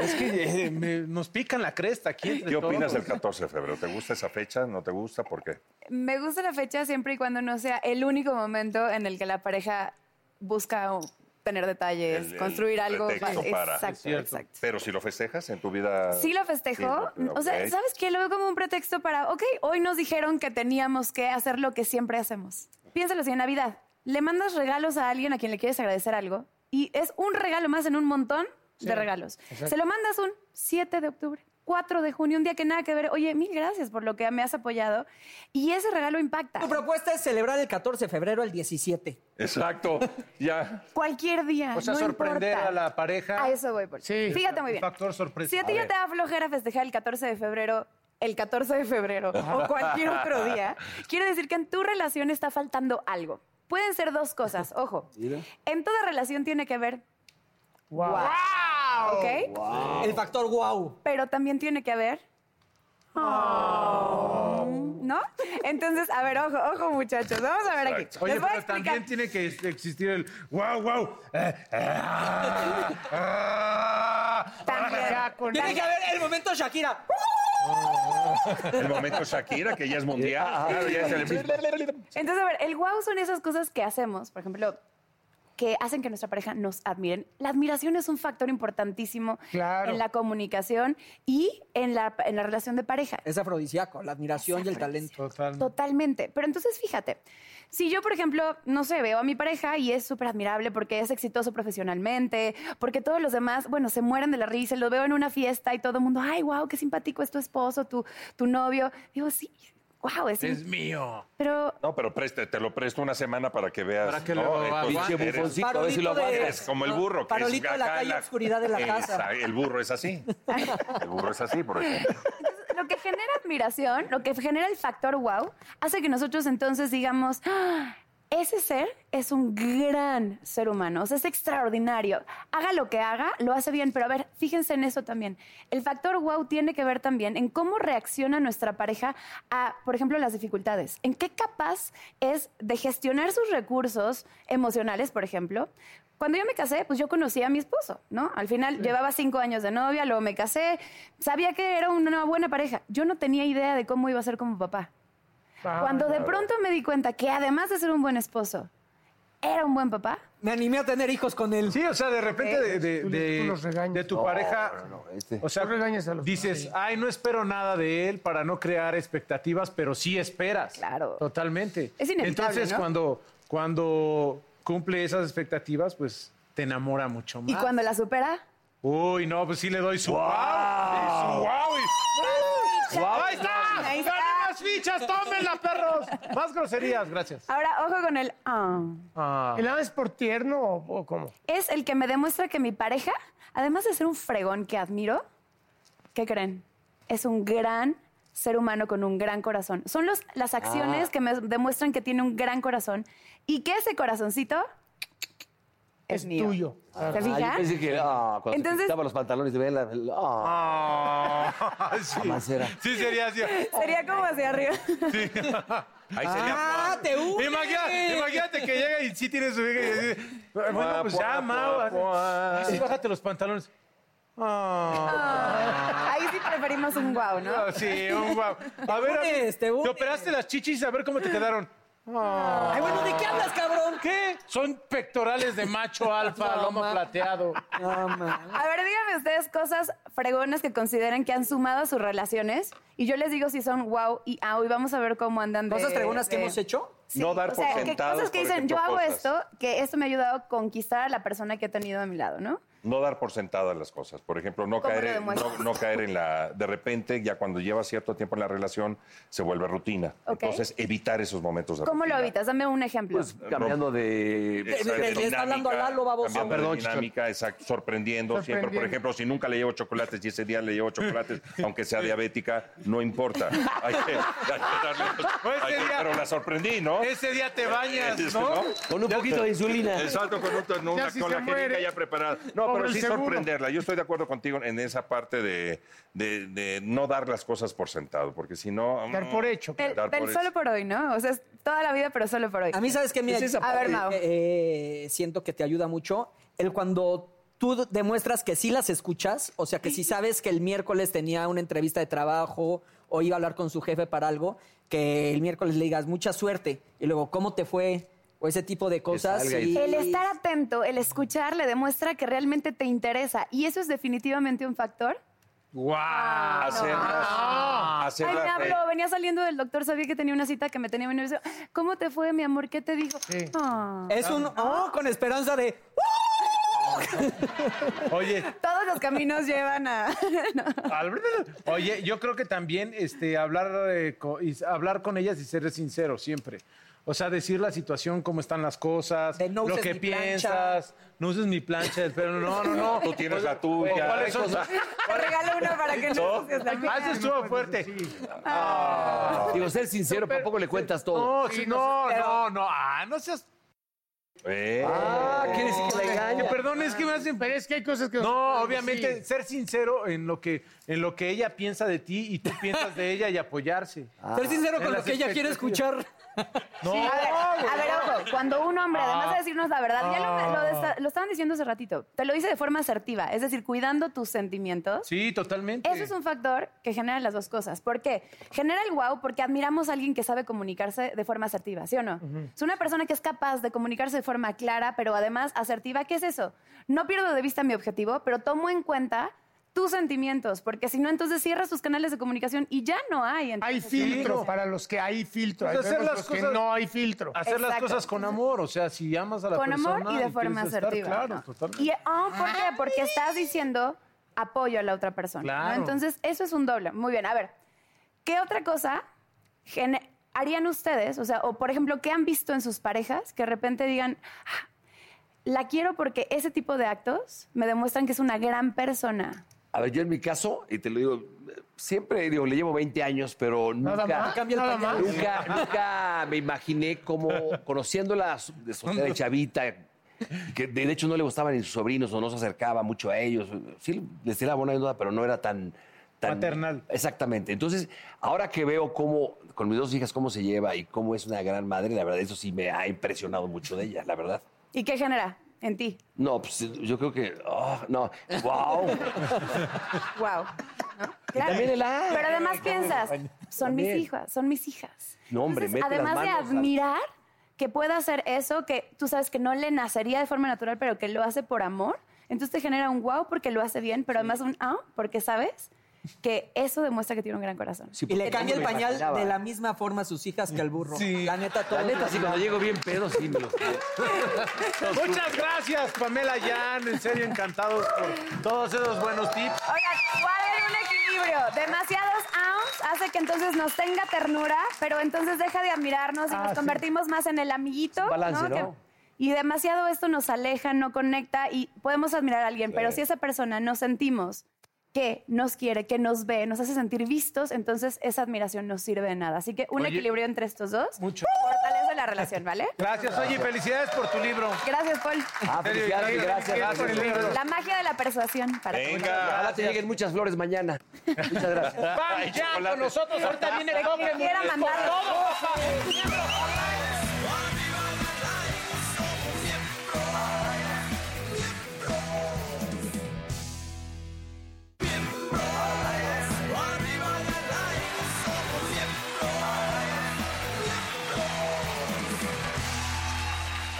Speaker 2: Es que eh, me- nos pican la cresta aquí. entre
Speaker 4: ¿Qué opinas
Speaker 2: todos.
Speaker 4: del 14 de febrero? ¿Te gusta esa fecha? ¿No te gusta? ¿Por qué?
Speaker 9: Me gusta la fecha siempre y cuando no sea el único momento en el que la pareja busca o- tener detalles,
Speaker 4: El- el
Speaker 9: construir algo.
Speaker 4: pretexto
Speaker 9: pa-
Speaker 4: para-
Speaker 9: Exacto, exacto.
Speaker 4: Pero si lo festejas en tu vida.
Speaker 9: Sí lo festejo.
Speaker 4: Sí,
Speaker 9: O sea,
Speaker 4: ok.
Speaker 9: ¿sabes qué? Lo veo como un pretexto para, ok, hoy nos dijeron que teníamos que hacer lo que siempre hacemos. Piénsalo si en Navidad le mandas regalos a alguien a quien le quieres agradecer algo y es un regalo más en un montón
Speaker 6: Sí,
Speaker 9: de regalos.
Speaker 6: exacto.
Speaker 9: Se lo mandas un 7 de octubre, 4 de junio, un día que nada que ver. Oye, mil gracias por lo que me has apoyado. Y ese regalo impacta.
Speaker 1: Tu propuesta es celebrar el 14 de febrero al 17.
Speaker 4: Exacto. Ya.
Speaker 9: Cualquier día.
Speaker 2: O sea,
Speaker 9: no
Speaker 2: sorprender
Speaker 9: importa.
Speaker 2: a la pareja.
Speaker 9: A eso voy, por
Speaker 2: Sí.
Speaker 9: Fíjate muy bien.
Speaker 2: Factor sorpresa.
Speaker 9: Si a ti ya te da flojera festejar el 14 de febrero, el 14 de febrero o cualquier otro día, quiere decir que en tu relación está faltando algo. Pueden ser dos cosas, ojo. En toda relación tiene que ver.
Speaker 1: Wow.
Speaker 9: ¿Ok?
Speaker 1: El factor wow.
Speaker 9: Pero también tiene que haber.
Speaker 2: Oh.
Speaker 9: ¿No? Entonces, a ver, ojo, ojo, muchachos. Vamos a ver aquí.
Speaker 2: Oye,
Speaker 9: Les voy a
Speaker 2: pero
Speaker 9: explicar.
Speaker 2: también tiene que existir el Eh, wow, wow. ah.
Speaker 1: Tiene que haber el momento Shakira.
Speaker 4: El momento Shakira, que ya es mundial.
Speaker 7: Ah,
Speaker 4: Claro, ya es el mismo.
Speaker 9: Entonces, a ver, el wow son esas cosas que hacemos, por ejemplo, que hacen que nuestra pareja nos admiren. La admiración es un factor importantísimo
Speaker 1: Claro.
Speaker 9: en la comunicación y en la, en la relación de pareja.
Speaker 1: Es afrodisíaco, la admiración y el talento.
Speaker 9: Totalmente. Pero entonces, fíjate, si yo, por ejemplo, no sé, veo a mi pareja y es súper admirable porque es exitoso profesionalmente, porque todos los demás, bueno, se mueren de la risa, lo veo en una fiesta y todo el mundo, ay, wow, qué simpático es tu esposo, tu, tu novio. Digo, sí, wow, es...
Speaker 4: Es mío.
Speaker 9: Pero
Speaker 4: No, pero preste, te lo presto una semana para que veas.
Speaker 7: Para que
Speaker 4: ¿no?
Speaker 7: lo
Speaker 4: Entonces,
Speaker 7: aguantes. Pinche
Speaker 4: eres-
Speaker 7: bufoncito, a ver si lo Parolito de-
Speaker 4: Eres como el burro. Que
Speaker 1: parolito
Speaker 4: es
Speaker 1: de la
Speaker 4: acá
Speaker 1: calle
Speaker 4: en
Speaker 1: oscuridad de la casa.
Speaker 4: Esa, El burro es así. El burro es así, por ejemplo.
Speaker 9: lo que genera admiración, lo que genera el factor wow, hace que nosotros entonces digamos, "Ah, ese ser es un gran ser humano, o sea, es extraordinario. Haga lo que haga, lo hace bien, pero a ver, fíjense en eso también. El factor wow tiene que ver también en cómo reacciona nuestra pareja a, por ejemplo, las dificultades. En qué capaz es de gestionar sus recursos emocionales, por ejemplo, cuando yo me casé, pues yo conocí a mi esposo, ¿no? Al final llevaba cinco años de novia, luego me casé, sabía que era una buena pareja. Yo no tenía idea de cómo iba a ser como papá.
Speaker 6: Ah,
Speaker 9: Cuando de pronto me di cuenta que además de ser un buen esposo, era un buen papá.
Speaker 1: Me animé a tener hijos con él.
Speaker 2: Sí, o sea, de repente de, de- de- de tu pareja. O sea, dices, ay, no espero nada de él para no crear expectativas, pero sí esperas.
Speaker 9: Claro.
Speaker 2: Totalmente.
Speaker 9: Es inevitable,
Speaker 2: Entonces,
Speaker 9: ¿no?
Speaker 2: cuando, cuando cumple esas expectativas, pues te enamora mucho más.
Speaker 9: Y cuando la supera,
Speaker 2: Uy, no, pues sí le doy su wow. y su wow y-
Speaker 9: ¡Guau!
Speaker 2: ¡Ahí está!
Speaker 9: ¡ah! Ahí está.
Speaker 2: ¡Gané más fichas! ¡Tómenlas, perros! Más groserías, gracias.
Speaker 9: ahora ojo con el... "Ah".
Speaker 3: ¿El nada es por tierno o, o cómo?
Speaker 9: Es el que me demuestra que mi pareja, además de ser un fregón que admiro, ¿qué creen? Es un gran ser humano con un gran corazón. Son los, las acciones
Speaker 7: Ah.
Speaker 9: que me demuestran que tiene un gran corazón y que ese corazoncito es, mío.
Speaker 3: tuyo.
Speaker 9: ¿Te fijas?
Speaker 7: Ah, yo pensé que. Ah, cuando
Speaker 9: Entonces-
Speaker 7: se quitaba los pantalones de vela. el- Ah. Mamacera.
Speaker 2: Sí, sería así.
Speaker 9: Sería como hacia arriba.
Speaker 4: Ahí sería.
Speaker 1: Ah, te une.
Speaker 2: Imagina- imagínate que llega y sí tiene su hija y dice, bueno, pues ya, Mau. Así bájate los pantalones.
Speaker 1: Ah.
Speaker 9: Ahí sí preferimos un guau, ¿no?
Speaker 2: Ah, sí, un guau. A ver, a ver,
Speaker 1: unes, te
Speaker 2: te
Speaker 1: unes.
Speaker 2: operaste las chichis, a ver cómo te quedaron.
Speaker 1: Ay, bueno, ¿de qué hablas, cabrón?
Speaker 2: ¿Qué? Son pectorales de macho alfa,
Speaker 1: No,
Speaker 2: lomo
Speaker 1: ma.
Speaker 2: plateado.
Speaker 9: A ver, díganme ustedes cosas fregonas que consideren que han sumado a sus relaciones y yo les digo si son wow y au y vamos a ver cómo andan de-
Speaker 1: ¿Cosas preguntas que
Speaker 9: de-
Speaker 1: hemos hecho?
Speaker 9: Sí,
Speaker 4: No dar
Speaker 9: o sea,
Speaker 4: por
Speaker 9: que
Speaker 4: sentados,
Speaker 9: cosas que
Speaker 4: por
Speaker 9: dicen,
Speaker 4: ejemplo,
Speaker 9: yo hago
Speaker 4: cosas.
Speaker 9: esto, que esto me ha ayudado a conquistar a la persona que he tenido a mi lado, ¿no?
Speaker 4: no dar por sentadas las cosas. Por ejemplo, no
Speaker 9: ¿Cómo lo
Speaker 4: caer, en- no,
Speaker 9: demuestras?
Speaker 4: no caer en la... De repente, ya cuando lleva cierto tiempo en la relación, se vuelve rutina.
Speaker 9: Ok.
Speaker 4: Entonces, evitar esos momentos de
Speaker 9: ¿Cómo lo evitas? Dame un ejemplo.
Speaker 1: Pues,
Speaker 4: cambiando de.
Speaker 9: Le- le- le está hablando a Lalo, baboso.
Speaker 4: Cambiando
Speaker 9: Ah, perdón,
Speaker 4: de dinámica, exacto, sorprendiendo, siempre. Por
Speaker 9: Sorprendiendo.
Speaker 4: ejemplo, si nunca le llevo chocolates y ese día le llevo chocolates, aunque sea diabética, no importa. Hay que, hay que darle los- hay que- Pues pero la sorprendí, ¿no?
Speaker 2: Ese día te bañas,
Speaker 4: Ese,
Speaker 2: ¿no? Con un
Speaker 4: Ya
Speaker 2: poquito
Speaker 4: te-
Speaker 2: de insulina.
Speaker 4: Exacto, con, un, con
Speaker 2: Ya
Speaker 4: una
Speaker 2: si se
Speaker 4: colagénica
Speaker 2: muere.
Speaker 4: ya preparada. No,
Speaker 2: Pobre
Speaker 4: pero
Speaker 2: el
Speaker 4: sí
Speaker 2: seguro.
Speaker 4: sorprenderla. Yo estoy de acuerdo contigo en esa parte de, de- de no dar las cosas por sentado, porque si no... mm,
Speaker 3: Dar por hecho.
Speaker 9: Pero,
Speaker 4: Dar
Speaker 9: pero
Speaker 4: por
Speaker 9: solo por hoy, ¿no? O sea, es toda la vida, pero solo por hoy.
Speaker 1: A mí, ¿sabes qué? Mira,
Speaker 9: a ver, Mau.
Speaker 1: eh, eh, siento que te ayuda mucho el cuando tú demuestras que sí las escuchas, o sea, que si sabes que el miércoles tenía una entrevista de trabajo o iba a hablar con su jefe para algo, que el miércoles le digas mucha suerte y luego, ¿cómo te fue? O ese tipo de cosas.
Speaker 9: salga
Speaker 1: y-
Speaker 9: El estar atento, el escuchar, le demuestra que realmente te interesa. Y eso es definitivamente un factor.
Speaker 4: ¡Guau!
Speaker 3: Ah.
Speaker 4: Hacer la- hacer
Speaker 9: Ah. Ay,
Speaker 4: la-
Speaker 9: me habló, venía saliendo del doctor, sabía que tenía una cita que me tenía nervioso. ¿Cómo te fue, mi amor? ¿Qué te dijo? Ah.
Speaker 1: Es un oh con esperanza de.
Speaker 2: Oye,
Speaker 9: Todos los caminos llevan a... No.
Speaker 2: Oye, yo creo que también este, hablar, eh, co- y s- hablar con ellas y ser sincero siempre. O sea, decir la situación, cómo están las cosas,
Speaker 1: no
Speaker 2: lo
Speaker 1: uses
Speaker 2: que
Speaker 1: mi
Speaker 2: piensas. No uses mi plancha, pero no, no, no.
Speaker 4: Tú tienes la
Speaker 2: O
Speaker 4: tuya.
Speaker 2: ¿Cuáles son?
Speaker 9: Te regalo una para que no uses la mía. Ah.
Speaker 2: Ah, esa estuvo fuerte. Ah,
Speaker 7: Digo, ser sincero, tampoco le cuentas todo.
Speaker 2: No, sí, no, no, no. Ah, no seas.
Speaker 4: Eh.
Speaker 7: Ah, quiere decir que la engaña.
Speaker 2: Que Perdón, es que me hacen.
Speaker 3: Pero es que hay cosas que.
Speaker 2: No, obviamente,
Speaker 3: Sí.
Speaker 2: ser sincero en lo, que, en lo que ella piensa de ti y tú piensas de ella y apoyarse.
Speaker 1: Ah, Ser sincero
Speaker 2: En
Speaker 1: con lo
Speaker 2: las
Speaker 1: que ella quiere
Speaker 2: expectativas.
Speaker 1: escuchar.
Speaker 2: No,
Speaker 9: Sí, a ver,
Speaker 2: güey,
Speaker 9: a ver,
Speaker 2: no.
Speaker 9: ojo, cuando un hombre, además de decirnos la verdad, ya lo, lo
Speaker 2: Ah.
Speaker 9: desta- lo estaban diciendo hace ratito, te lo dice de forma asertiva, es decir, cuidando tus sentimientos.
Speaker 2: Sí, totalmente.
Speaker 9: Eso es un factor que genera las dos cosas. ¿Por qué? Genera el wow porque admiramos a alguien que sabe comunicarse de forma asertiva, ¿sí o no? Es una persona que es capaz de comunicarse de forma clara, pero además asertiva. ¿Qué es eso? No pierdo de vista mi objetivo, pero tomo en cuenta tus sentimientos, porque si no, entonces cierras tus canales de comunicación y ya no hay.
Speaker 3: Hay
Speaker 9: entonces-
Speaker 3: filtro para los que hay filtro.
Speaker 2: Pues
Speaker 3: Hay
Speaker 2: hacer
Speaker 3: vemos
Speaker 2: las
Speaker 3: los que
Speaker 2: cosas-
Speaker 3: no hay filtro.
Speaker 2: Hacer las
Speaker 9: Exacto.
Speaker 2: cosas con amor, o sea, si amas a la
Speaker 9: con
Speaker 2: persona.
Speaker 9: amor y de forma
Speaker 2: quieres estar,
Speaker 9: asertiva.
Speaker 2: claro,
Speaker 9: ¿no?
Speaker 2: totalmente.
Speaker 9: Y, oh, ¿Por qué? Porque estás diciendo apoyo a la otra persona. ¿no?
Speaker 2: Claro.
Speaker 9: Entonces, eso es un doble. Muy bien, a ver, ¿qué otra cosa gene- harían ustedes? O sea, o por ejemplo, ¿qué han visto en sus parejas que de repente digan, "Ah, la quiero porque ese tipo de actos me demuestran que es una gran persona?
Speaker 5: A ver, yo en mi caso, y te lo digo, siempre digo, le llevo 20 años, pero nunca.
Speaker 3: más, Cambia el nada pañal. más.
Speaker 5: Nunca, nunca me imaginé como conociéndola de soltera de chavita, que de hecho no le gustaban ni sus sobrinos o no se acercaba mucho a ellos. Sí, les tiraba buena ayuda, pero no era tan. tan
Speaker 2: Maternal.
Speaker 5: Exactamente. Entonces, ahora que veo cómo, con mis dos hijas, cómo se lleva y cómo es una gran madre, la verdad, eso sí me ha impresionado mucho de ella, la verdad.
Speaker 9: ¿Y qué genera en ti?
Speaker 5: No, pues yo creo que. ah, no, wow.
Speaker 9: Wow. Claro.
Speaker 5: también el ay.
Speaker 9: Pero además piensas, son mis
Speaker 5: También.
Speaker 9: hijas, son mis hijas.
Speaker 5: No, hombre,
Speaker 9: Entonces,
Speaker 5: mete las
Speaker 9: además de
Speaker 5: manos al-
Speaker 9: admirar que pueda hacer eso, que tú sabes que no le nacería de forma natural, pero que lo hace por amor, entonces te genera un wow porque lo hace bien, pero además un ah, porque sabes que eso demuestra que tiene un gran corazón.
Speaker 5: Sí,
Speaker 1: Y le
Speaker 5: porque
Speaker 1: cambia el
Speaker 5: no me
Speaker 1: pañal
Speaker 5: imaginaba.
Speaker 1: de la misma forma a sus hijas que al burro.
Speaker 2: Sí.
Speaker 1: La neta, todo.
Speaker 5: La neta, sí, cuando llego bien pedo, sí me los
Speaker 2: Muchas gracias, Pamela Jan. En serio, encantados por todos esos buenos tips.
Speaker 9: Oigan, va a haber un equilibrio. Demasiados ounces hace que entonces nos tenga ternura, pero entonces deja de admirarnos y nos convertimos más en el amiguito.
Speaker 5: Ah, un balance,
Speaker 9: Que-
Speaker 5: ¿no?
Speaker 9: y demasiado esto nos aleja, no conecta y podemos admirar a alguien, pero
Speaker 5: Sí.
Speaker 9: si esa persona nos sentimos que nos quiere, que nos ve, nos hace sentir vistos, entonces esa admiración no sirve de nada. Así que un
Speaker 2: Oye.
Speaker 9: equilibrio entre estos dos
Speaker 2: Mucho.
Speaker 9: fortalece la relación, ¿vale?
Speaker 2: Gracias, oye, y felicidades por tu libro.
Speaker 9: Gracias, Paul.
Speaker 5: Ah, felicidades,
Speaker 2: Gracias,
Speaker 5: gracias,
Speaker 2: gracias por el
Speaker 5: gracias.
Speaker 2: libro.
Speaker 9: La magia de la persuasión para todos.
Speaker 4: Venga.
Speaker 5: Ojalá te lleguen muchas flores mañana. Muchas gracias.
Speaker 2: Pam, ya con nosotros. Ahorita viene el hombre.
Speaker 9: Quiera mandarlo.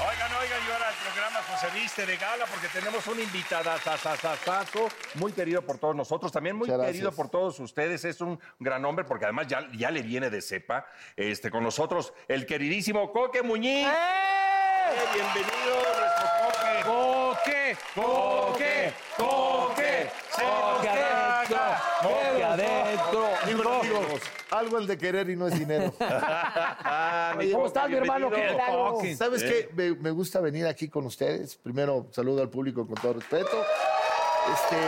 Speaker 4: Oigan, oigan, y ahora el programa José Viste de Gala porque tenemos un invitada muy querido por todos nosotros, también muy
Speaker 7: Muchas
Speaker 4: querido
Speaker 7: gracias.
Speaker 4: por todos ustedes, es un gran hombre porque además ya, ya le viene de cepa este, con nosotros el queridísimo Coque Muñiz. Eh, Bienvenido. querido nuestro
Speaker 2: coque.
Speaker 4: Coque, coque, coque, se nos traga.
Speaker 10: Coque
Speaker 4: adentro.
Speaker 10: Algo el de querer y no es dinero.
Speaker 4: mi
Speaker 10: Oye,
Speaker 4: Coca, bienvenido. Coque.
Speaker 10: ¿Sabes
Speaker 4: Eh.
Speaker 10: qué? Me, me gusta venir aquí con ustedes. Primero, saludo al público con todo respeto. Este,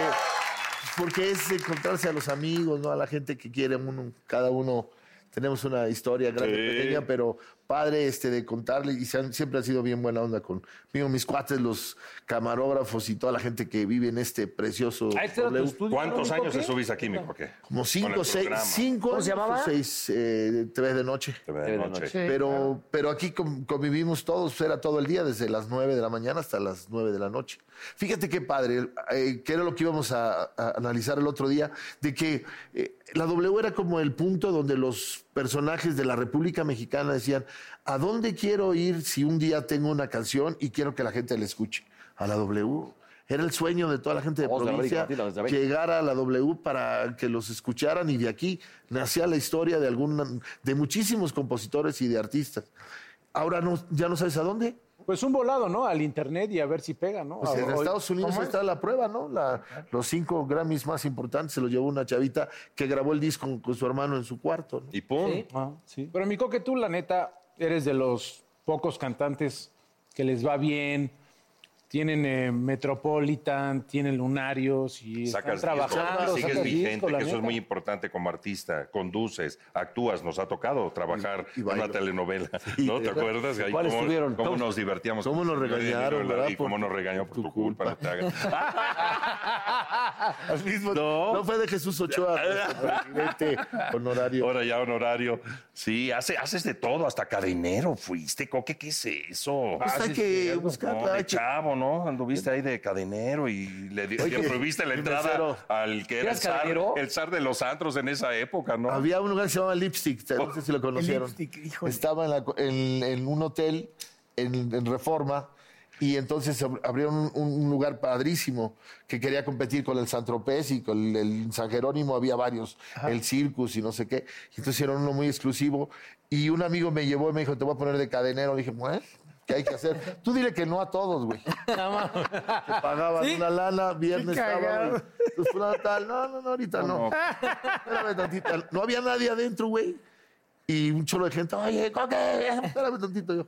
Speaker 10: porque es encontrarse a los amigos, ¿no? A la gente que quiere uno, cada uno. Tenemos una historia grande,
Speaker 4: Sí.
Speaker 10: pequeña, pero padre este, de contarle y se han- siempre han sido bien buena onda con digo, mis cuates, los camarógrafos y toda la gente que vive en este precioso... W.
Speaker 4: ¿Cuántos años se subís aquí, mi coque?
Speaker 10: Como cinco,
Speaker 4: Con el
Speaker 10: seis,
Speaker 4: programa.
Speaker 10: cinco
Speaker 4: ¿Cómo se
Speaker 10: años o
Speaker 4: llamaba?
Speaker 10: seis, eh, TV de noche.
Speaker 4: de noche. noche. Sí,
Speaker 10: pero, pero aquí com- convivimos todos, era todo el día, desde las nueve de la mañana hasta las nueve de la noche. Fíjate qué padre, eh, que era lo que íbamos a, a analizar el otro día, de que eh, la W era como el punto donde los personajes de la República Mexicana decían, ¿a dónde quiero ir si un día tengo una canción y quiero que la gente la escuche? A la W. Era el sueño de toda la gente de
Speaker 5: Vamos, la
Speaker 10: provincia
Speaker 5: América Latina, desde
Speaker 10: llegar a la W para que los escucharan y de aquí nacía la historia de algún de muchísimos compositores y de artistas. Ahora no, ya no sabes a dónde.
Speaker 2: Pues un volado, ¿no? Al internet y a ver si pega, ¿no?
Speaker 10: Pues en
Speaker 2: Hoy-
Speaker 10: Estados Unidos
Speaker 2: ¿Cómo
Speaker 10: ahí
Speaker 2: es?
Speaker 10: está la prueba, ¿no? La- los cinco Grammys más importantes se los llevó una chavita que grabó el disco con, con su hermano en su cuarto.
Speaker 4: Y pum.
Speaker 2: Sí. Ah, sí. Pero mi coque, tú la neta eres de los pocos cantantes que les va bien. Tienen eh, Metropolitan, tienen Lunarios y
Speaker 4: Sacas
Speaker 2: están
Speaker 4: disco,
Speaker 2: trabajando.
Speaker 4: sigues
Speaker 2: sacas
Speaker 4: vigente,
Speaker 2: disco, la
Speaker 4: que eso es
Speaker 2: neta.
Speaker 4: muy importante como artista. Conduces, actúas, nos ha tocado trabajar en una telenovela. ¿No te acuerdas? Ahí
Speaker 10: ¿Cuáles
Speaker 4: cómo,
Speaker 10: estuvieron?
Speaker 4: cómo
Speaker 10: ¿Cómo-
Speaker 4: nos divertíamos.
Speaker 10: cómo nos regañaron, verdad?
Speaker 4: Y cómo nos regañó por tu culpa. no te hagas.
Speaker 10: Al mismo- no. fue de Jesús Ochoa, nuestro presidente honorario.
Speaker 4: Ahora ya honorario. Sí, hace- haces de todo, hasta cadenero fuiste, Coque, ¿qué es eso?
Speaker 10: Pues hay
Speaker 4: sí,
Speaker 10: que
Speaker 4: cierto.
Speaker 10: buscar,
Speaker 4: No, Este, de
Speaker 10: hay que-
Speaker 4: chavo, ¿no? Anduviste ahí de cadenero y le, di-
Speaker 10: Oye,
Speaker 4: le prohibiste la
Speaker 10: el
Speaker 4: entrada
Speaker 10: mesero.
Speaker 4: al que era el
Speaker 10: ¿Eras
Speaker 4: zar,
Speaker 10: cadenero?
Speaker 4: el zar de los antros en esa época, ¿no? Oh,
Speaker 10: Había un lugar que se llamaba Lipstick, no sé si lo conocieron. Estaba en, la co- en- en un hotel en, en Reforma y entonces ab- abrieron un, un lugar padrísimo que quería competir con el San Tropez y con el, el San Jerónimo, había varios, el Circus y no sé qué. Y Entonces hicieron uno muy exclusivo y un amigo me llevó y me dijo, te voy a poner de cadenero. Le dije, pues, ¿qué hay que hacer? Tú dile que no a todos, güey. Te pagaban una lana, viernes,
Speaker 4: Qué cagado.
Speaker 10: sábado. y- Pues, fulano tal, no, no, no, ahorita no. Espérame tantito. No había nadie adentro, güey. Y un cholo de gente, oye, coque, espérame tantito yo.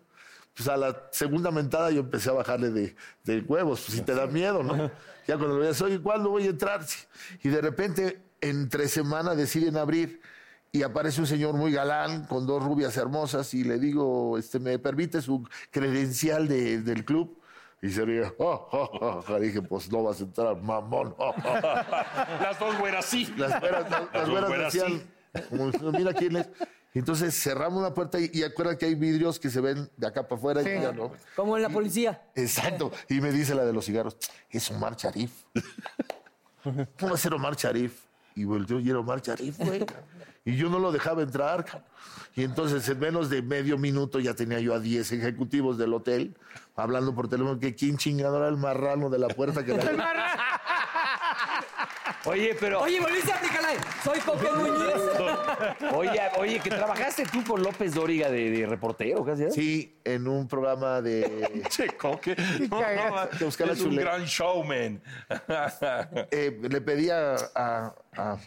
Speaker 10: Pues a la segunda mentada yo empecé a bajarle de, de huevos, pues si te da miedo, ¿no? Ya cuando le veías, oye, ¿cuándo voy a entrar? Sí. Y de repente, entre semana deciden abrir y aparece un señor muy galán con dos rubias hermosas y le digo, este, ¿me permite su credencial de- del club? Y se ríe, "Ja, ja, ja, ja". dije, pues no vas a entrar, mamón.
Speaker 4: Las dos güeras sí.
Speaker 10: Las güeras, las,
Speaker 4: dos
Speaker 10: güeras
Speaker 4: güeras
Speaker 10: decían,
Speaker 4: sí.
Speaker 10: como diciendo, mira quién es. Entonces cerramos una puerta y, y acuerda que hay vidrios que se ven de acá para afuera y
Speaker 1: Sí.
Speaker 10: ya no.
Speaker 1: Como en la policía.
Speaker 10: Exacto. Y me dice la de los cigarros, es Omar Sharif. ¿Cómo va a ser Omar Sharif? Y volteó y era Omar Sharif, güey. Y yo no lo dejaba entrar. cabrón. Y entonces en menos de medio minuto ya tenía yo a 10 ejecutivos del hotel hablando por teléfono que quién chingado era el marrano de la puerta que la-
Speaker 5: Oye, pero.
Speaker 1: Oye, volviste a aplicarla. de, Soy Coque Muñiz.
Speaker 5: Oye, oye, que trabajaste tú con López Dóriga de, de reportero, casi.
Speaker 10: Sí, en un programa de...
Speaker 4: Che, coque. No,
Speaker 10: cagado.
Speaker 4: no,
Speaker 10: Te buscaba
Speaker 4: es un
Speaker 10: chuleta.
Speaker 4: gran showman.
Speaker 10: Eh, le pedí a, a- a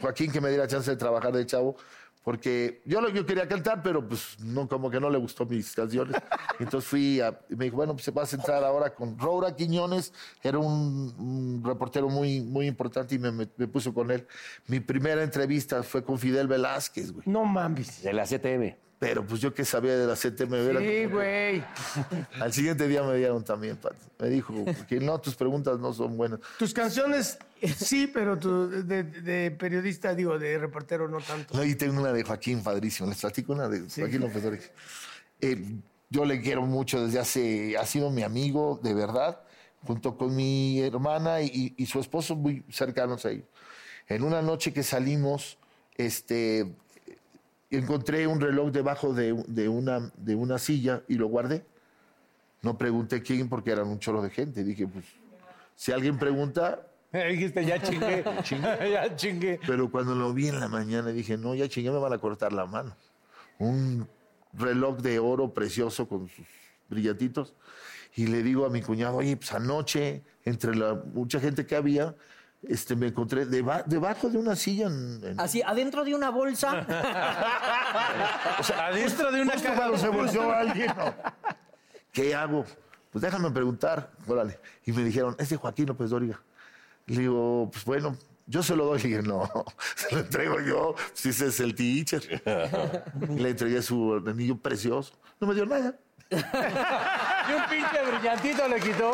Speaker 10: Joaquín que me diera chance de trabajar de chavo, porque yo lo yo quería cantar, pero pues no, como que no le gustó mis canciones. Entonces fui a, y me dijo, bueno, pues se va a centrar ahora con Roura Quiñones, era un, un reportero muy, muy importante y me, me- me puso con él. Mi primera entrevista fue con Fidel Velázquez, güey.
Speaker 3: No mames.
Speaker 5: De la CTM.
Speaker 10: Pero pues yo que sabía de la CTM, era
Speaker 3: Sí, güey.
Speaker 10: Al siguiente día me dieron también, Pat. Me dijo, que no, tus preguntas no son buenas.
Speaker 3: Tus canciones, sí, pero tu, de, de periodista, digo, de reportero, no tanto.
Speaker 10: No, y tengo una de Joaquín padrísimo. Les platico una de Joaquín López Dóriga. Eh, yo le quiero mucho desde hace... Ha sido mi amigo, de verdad, junto con mi hermana y, y su esposo muy cercanos a ellos. En una noche que salimos, este, encontré un reloj debajo de, de una, de una silla y lo guardé. No pregunté quién porque eran un chorro de gente. Dije, pues, si alguien pregunta,
Speaker 2: Eh, Dijiste, ya chingué. ya chingué.
Speaker 10: pero cuando lo vi en la mañana dije, no, ya chingué, me van a cortar la mano. Un reloj de oro precioso con sus brillantitos. Y le digo a mi cuñado, oye, pues anoche, entre la mucha gente que había, este, me encontré deba- debajo de una silla en- en-
Speaker 1: Así, adentro de una bolsa.
Speaker 10: O sea,
Speaker 2: Adentro de una
Speaker 10: justo
Speaker 2: caja.
Speaker 10: cuando se volteó alguien. ¿no? ¿Qué hago? Pues déjame preguntar. Órale. Y me dijeron, es de Joaquín López Dóriga. Le digo, pues bueno, yo se lo doy. Le dije, no, se lo entrego yo. Si ese es el teacher. Y le entregué su anillo precioso. No me dio nada.
Speaker 2: Y un pinche brillantito le quitó.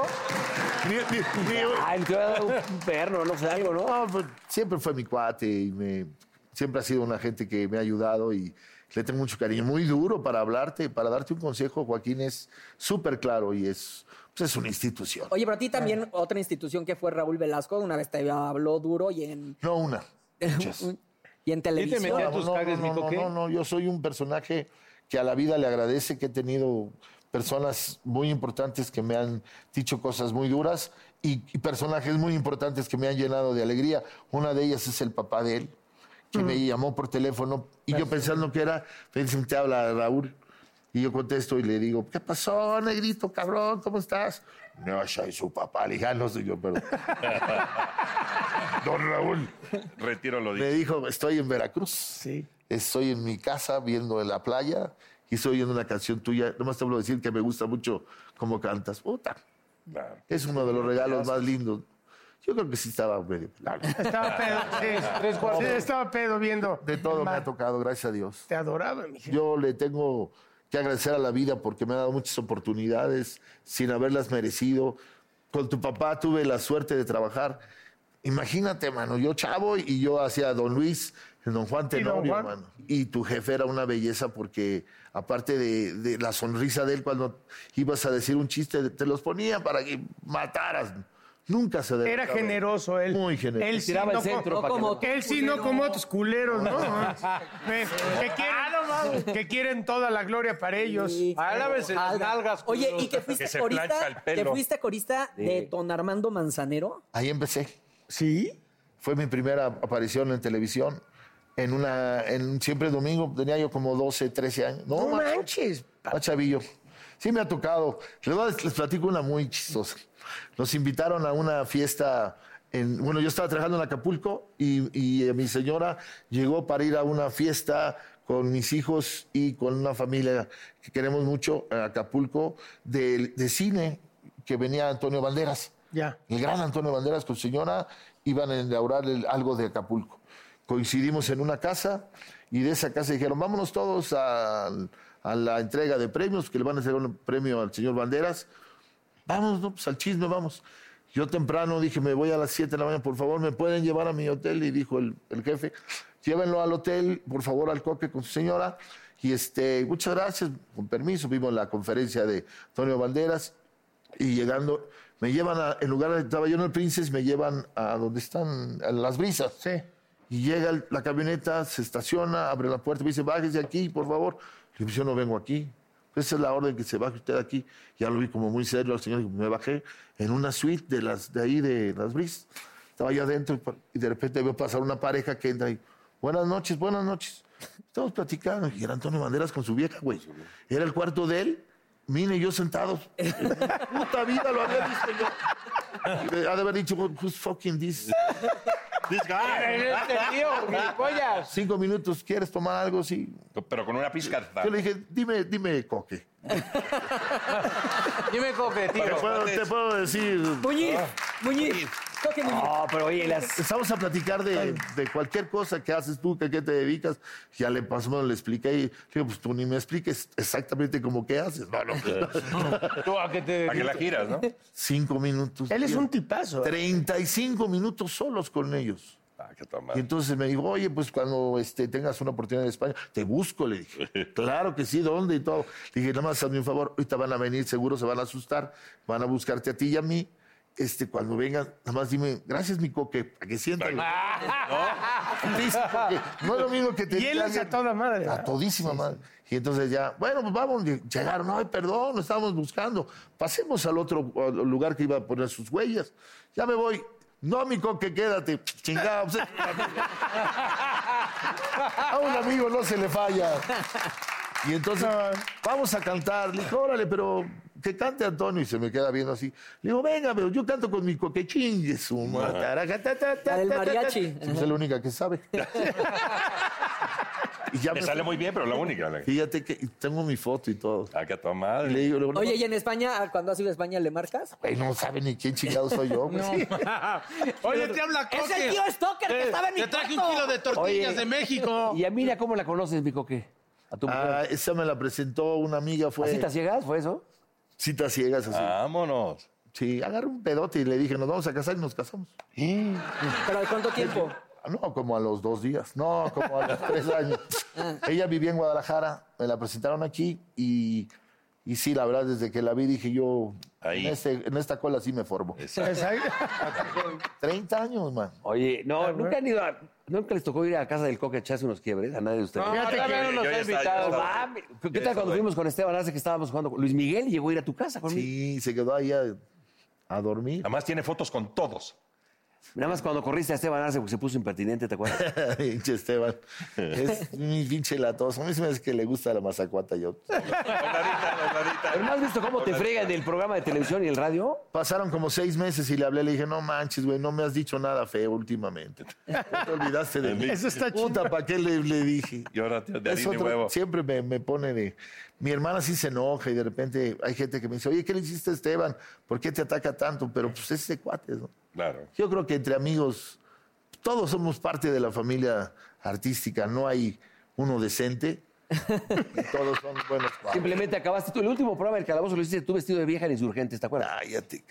Speaker 10: Ay, te voy a dar un perno, no sé, algo, ¿no? pues, siempre fue mi cuate y me, siempre ha sido una gente que me ha ayudado y le tengo mucho cariño. Muy duro para hablarte, para darte un consejo, Joaquín, es súper claro y es, pues, es una institución.
Speaker 1: Oye, pero a ti también otra institución que fue Raúl Velasco, una vez te habló duro y en,
Speaker 10: No una, muchas.
Speaker 1: y en televisión.
Speaker 10: No, no, no, no, no, no, yo soy un personaje que a la vida le agradece que he tenido personas muy importantes que me han dicho cosas muy duras y, y personajes muy importantes que me han llenado de alegría. Una de ellas es el papá de él, que me llamó por teléfono y yo pensando que era, me dicen, te habla Raúl. Y yo contesto y le digo, ¿qué pasó, negrito, cabrón? ¿Cómo estás? No, soy su papá. Le dije, "Ah, no soy yo, pero... Don Raúl.
Speaker 4: Retiro lo dicho.
Speaker 10: Me dijo, estoy en Veracruz. Sí. Estoy en mi casa viendo la playa y estoy oyendo una canción tuya. Nomás te hablo decir que me gusta mucho cómo cantas. Puta. Es uno de los regalos más lindos. Yo creo que sí estaba medio pelado.
Speaker 3: Estaba pedo, sí, tres cuartos. Sí, estaba pedo viendo.
Speaker 10: De todo me ha tocado, gracias a Dios.
Speaker 3: Te adoraba, mi
Speaker 10: Yo le tengo que agradecer a la vida porque me ha dado muchas oportunidades sin haberlas merecido. Con tu papá tuve la suerte de trabajar. Imagínate, mano, yo chavo y yo hacía Don Luis, el Don Juan
Speaker 3: don
Speaker 10: Tenorio,
Speaker 3: Juan.
Speaker 10: mano. Y tu jefe era una belleza porque aparte de, de la sonrisa de él cuando ibas a decir un chiste, te los ponía para que mataras. Nunca se
Speaker 3: Era
Speaker 10: delataba.
Speaker 3: generoso él.
Speaker 10: Muy generoso.
Speaker 3: Él sí, no co- no como, él sí, no como otros culeros, ¿no? que, que quieren,
Speaker 2: Ah,
Speaker 3: que quieren toda la gloria para ellos.
Speaker 2: Alábense Ah, las
Speaker 1: Alga.
Speaker 2: nalgas,
Speaker 1: Oye,
Speaker 2: culeros.
Speaker 1: ¿y que fuiste
Speaker 2: Que se plancha el
Speaker 1: corista?
Speaker 2: pelo.
Speaker 1: ¿Te fuiste corista de
Speaker 10: Sí.
Speaker 1: don Armando Manzanero?
Speaker 10: Ahí empecé. ¿Sí? Fue mi primera aparición en televisión. En una, en siempre domingo, tenía yo como 12, 13 años. No, manches. Más chavillo. Sí me ha tocado. Les, voy a- les platico una muy chistosa. Nos invitaron a una fiesta. En, bueno, yo estaba trabajando en Acapulco y, y, eh, mi señora llegó para ir a una fiesta con mis hijos y con una familia que queremos mucho, en Acapulco, de, de cine, que venía Antonio Banderas.
Speaker 3: Ya.
Speaker 10: El gran Antonio Banderas con su señora iban a inaugurar el- algo de Acapulco. Coincidimos en una casa y de esa casa dijeron, vámonos todos al- a, la entrega de premios, que le van a hacer un premio al señor Banderas. Vamos, no, pues al chisme, vamos. Yo temprano dije, me voy a las 7 de la mañana, por favor, ¿me pueden llevar a mi hotel? Y dijo el, el jefe, llévenlo al hotel, por favor, al coque con su señora. Y este, muchas gracias, con permiso, vimos la conferencia de Antonio Banderas y llegando, me llevan a, en lugar de estaba yo en el Princess, me llevan a donde están a las brisas. Sí. Y llega el- la camioneta, se estaciona, abre la puerta, me dice, bájese aquí, por favor. Le digo, "Pues yo no vengo aquí. Esa es la orden que se baje usted aquí. Ya lo vi como muy serio al señor, digo, me bajé en una suite de las de ahí de las brisas. Estaba yo adentro y pa- y de repente veo pasar una pareja que entra y, buenas noches, buenas noches. Estamos platicando y era Antonio Banderas con su vieja, güey. Era el cuarto de él, Mine y yo sentados. Eh, Puta vida lo había visto yo. Le Ha de haber dicho, who's fucking this? This
Speaker 2: Este tío, gilipollas.
Speaker 10: Cinco minutos, ¿quieres tomar algo? Sí.
Speaker 4: Pero con una pizca de
Speaker 10: Yo le dije, dime, dime, coque.
Speaker 2: Dime coque,
Speaker 10: Te puedo, te puedo decir.
Speaker 1: Muñiz,
Speaker 2: Ah.
Speaker 1: Muñiz, coque Muñiz.
Speaker 10: No, pero oye, Empezamos a platicar de, de cualquier cosa que haces tú, que a qué te dedicas. Ya le pasó, bueno, le expliqué y le digo, pues tú ni me expliques exactamente cómo qué haces. No, no.
Speaker 2: Tú a que te.
Speaker 10: Cinco minutos.
Speaker 3: Él es
Speaker 10: diez,
Speaker 3: un tipazo, ¿eh?
Speaker 10: 35 minutos solos con ellos. Y entonces me dijo, oye, pues cuando este, tengas una oportunidad en España, te busco, le dije. Claro que sí, ¿dónde y todo? Le dije, nada más hazme un favor, ahorita van a venir, seguro se van a asustar, van a buscarte a ti y a mí. Este, cuando vengan, nada más dime, gracias, mi coque, para que sientan. Listo, porque no es lo mismo que te
Speaker 3: Y él
Speaker 10: diga
Speaker 3: es
Speaker 10: alguien-
Speaker 3: a toda madre.
Speaker 10: a todísima madre. Y entonces ya, bueno, pues vamos, y llegaron, ay, perdón, lo estábamos buscando. Pasemos al otro al lugar que iba a poner sus huellas. Ya me voy. No, mi coque, quédate. Chingado. pues, A un amigo no se le falla. Y entonces, vamos a cantar. Le dije, órale, pero que cante Antonio. Y se me queda viendo así. Le digo, venga, pero yo canto con mi coquechingue, su
Speaker 1: Ajá.
Speaker 10: La
Speaker 1: del mariachi.
Speaker 10: Es la única que sabe. Y ya
Speaker 4: Le
Speaker 10: me-
Speaker 4: sale muy bien, pero la única. la-
Speaker 10: Fíjate que tengo mi foto y todo.
Speaker 4: Acá tu madre.
Speaker 10: Le digo, le digo, no,
Speaker 1: Oye, ¿y en España, ah, cuando has ido a España, le marcas?
Speaker 10: güey, no sabe ni quién chingado soy yo. güey.
Speaker 2: Oye, te habla
Speaker 1: Es
Speaker 2: Cocker.
Speaker 1: el tío Stoker que
Speaker 2: Eh,
Speaker 1: estaba en mi
Speaker 2: Te traje un
Speaker 1: cuarto.
Speaker 2: kilo de tortillas de México.
Speaker 10: Y a mira ¿cómo la conoces, mi coque? A tu Ah, esa me la presentó una amiga. Fue...
Speaker 2: ¿A citas
Speaker 10: ciegas fue eso? Citas ciegas, así.
Speaker 4: Vámonos.
Speaker 10: Sí, agarré un pedote y le dije, nos vamos a casar y nos casamos. Ah,
Speaker 1: ¿Pero de cuánto tiempo?
Speaker 10: No, como a los dos días. No, como a los tres años. Ella vivía en Guadalajara, me la presentaron aquí y, y sí, la verdad, desde que la vi dije yo, en, este- en esta cola sí me formo.
Speaker 2: Exacto.
Speaker 10: 30 años, man.
Speaker 5: Oye, no, nunca han ido a- Nunca les tocó ir a casa del coque a echarse unos quiebres, a nadie de ustedes.
Speaker 2: No, Fíjate todavía que no nos yo ha ya estaba- invitado. yo estaba-
Speaker 5: Mami,
Speaker 10: yo
Speaker 5: ¿Qué tal
Speaker 10: estaba
Speaker 5: cuando
Speaker 10: ahí.
Speaker 5: fuimos con Esteban Arce que estábamos jugando? con- Luis Miguel llegó a ir a tu casa conmigo.
Speaker 10: Sí, se quedó ahí a, a dormir.
Speaker 4: Además tiene fotos con todos.
Speaker 5: Nada más cuando corriste a Esteban Arce porque se puso impertinente, ¿te acuerdas?
Speaker 10: Pinche Esteban. Es mi pinche latoso. A mí se me hace que le gusta la mazacuata yo.
Speaker 5: ¿No has visto cómo te fregan del programa de televisión y el radio?
Speaker 10: Pasaron como seis meses y le hablé, le dije, no manches, güey, no me has dicho nada feo últimamente. Ya te olvidaste de mí.
Speaker 4: Eso está chido.
Speaker 10: Puta, ¿para qué le, le dije?
Speaker 4: Y ahora de
Speaker 10: Es
Speaker 4: harina y
Speaker 10: otro-
Speaker 4: huevo.
Speaker 10: Siempre me, me pone de... Mi hermana sí se enoja y de repente hay gente que me dice, oye, ¿qué le hiciste a Esteban? ¿Por qué te ataca tanto? Pero pues es de cuates, ¿no?
Speaker 4: Claro.
Speaker 10: Yo creo que entre amigos, todos somos parte de la familia artística, no hay uno decente. Todos son buenos cuates.
Speaker 5: Simplemente acabaste tú. El último programa del calabozo lo hiciste tú vestido de vieja en insurgentes, ¿te acuerdas?
Speaker 10: Cállate,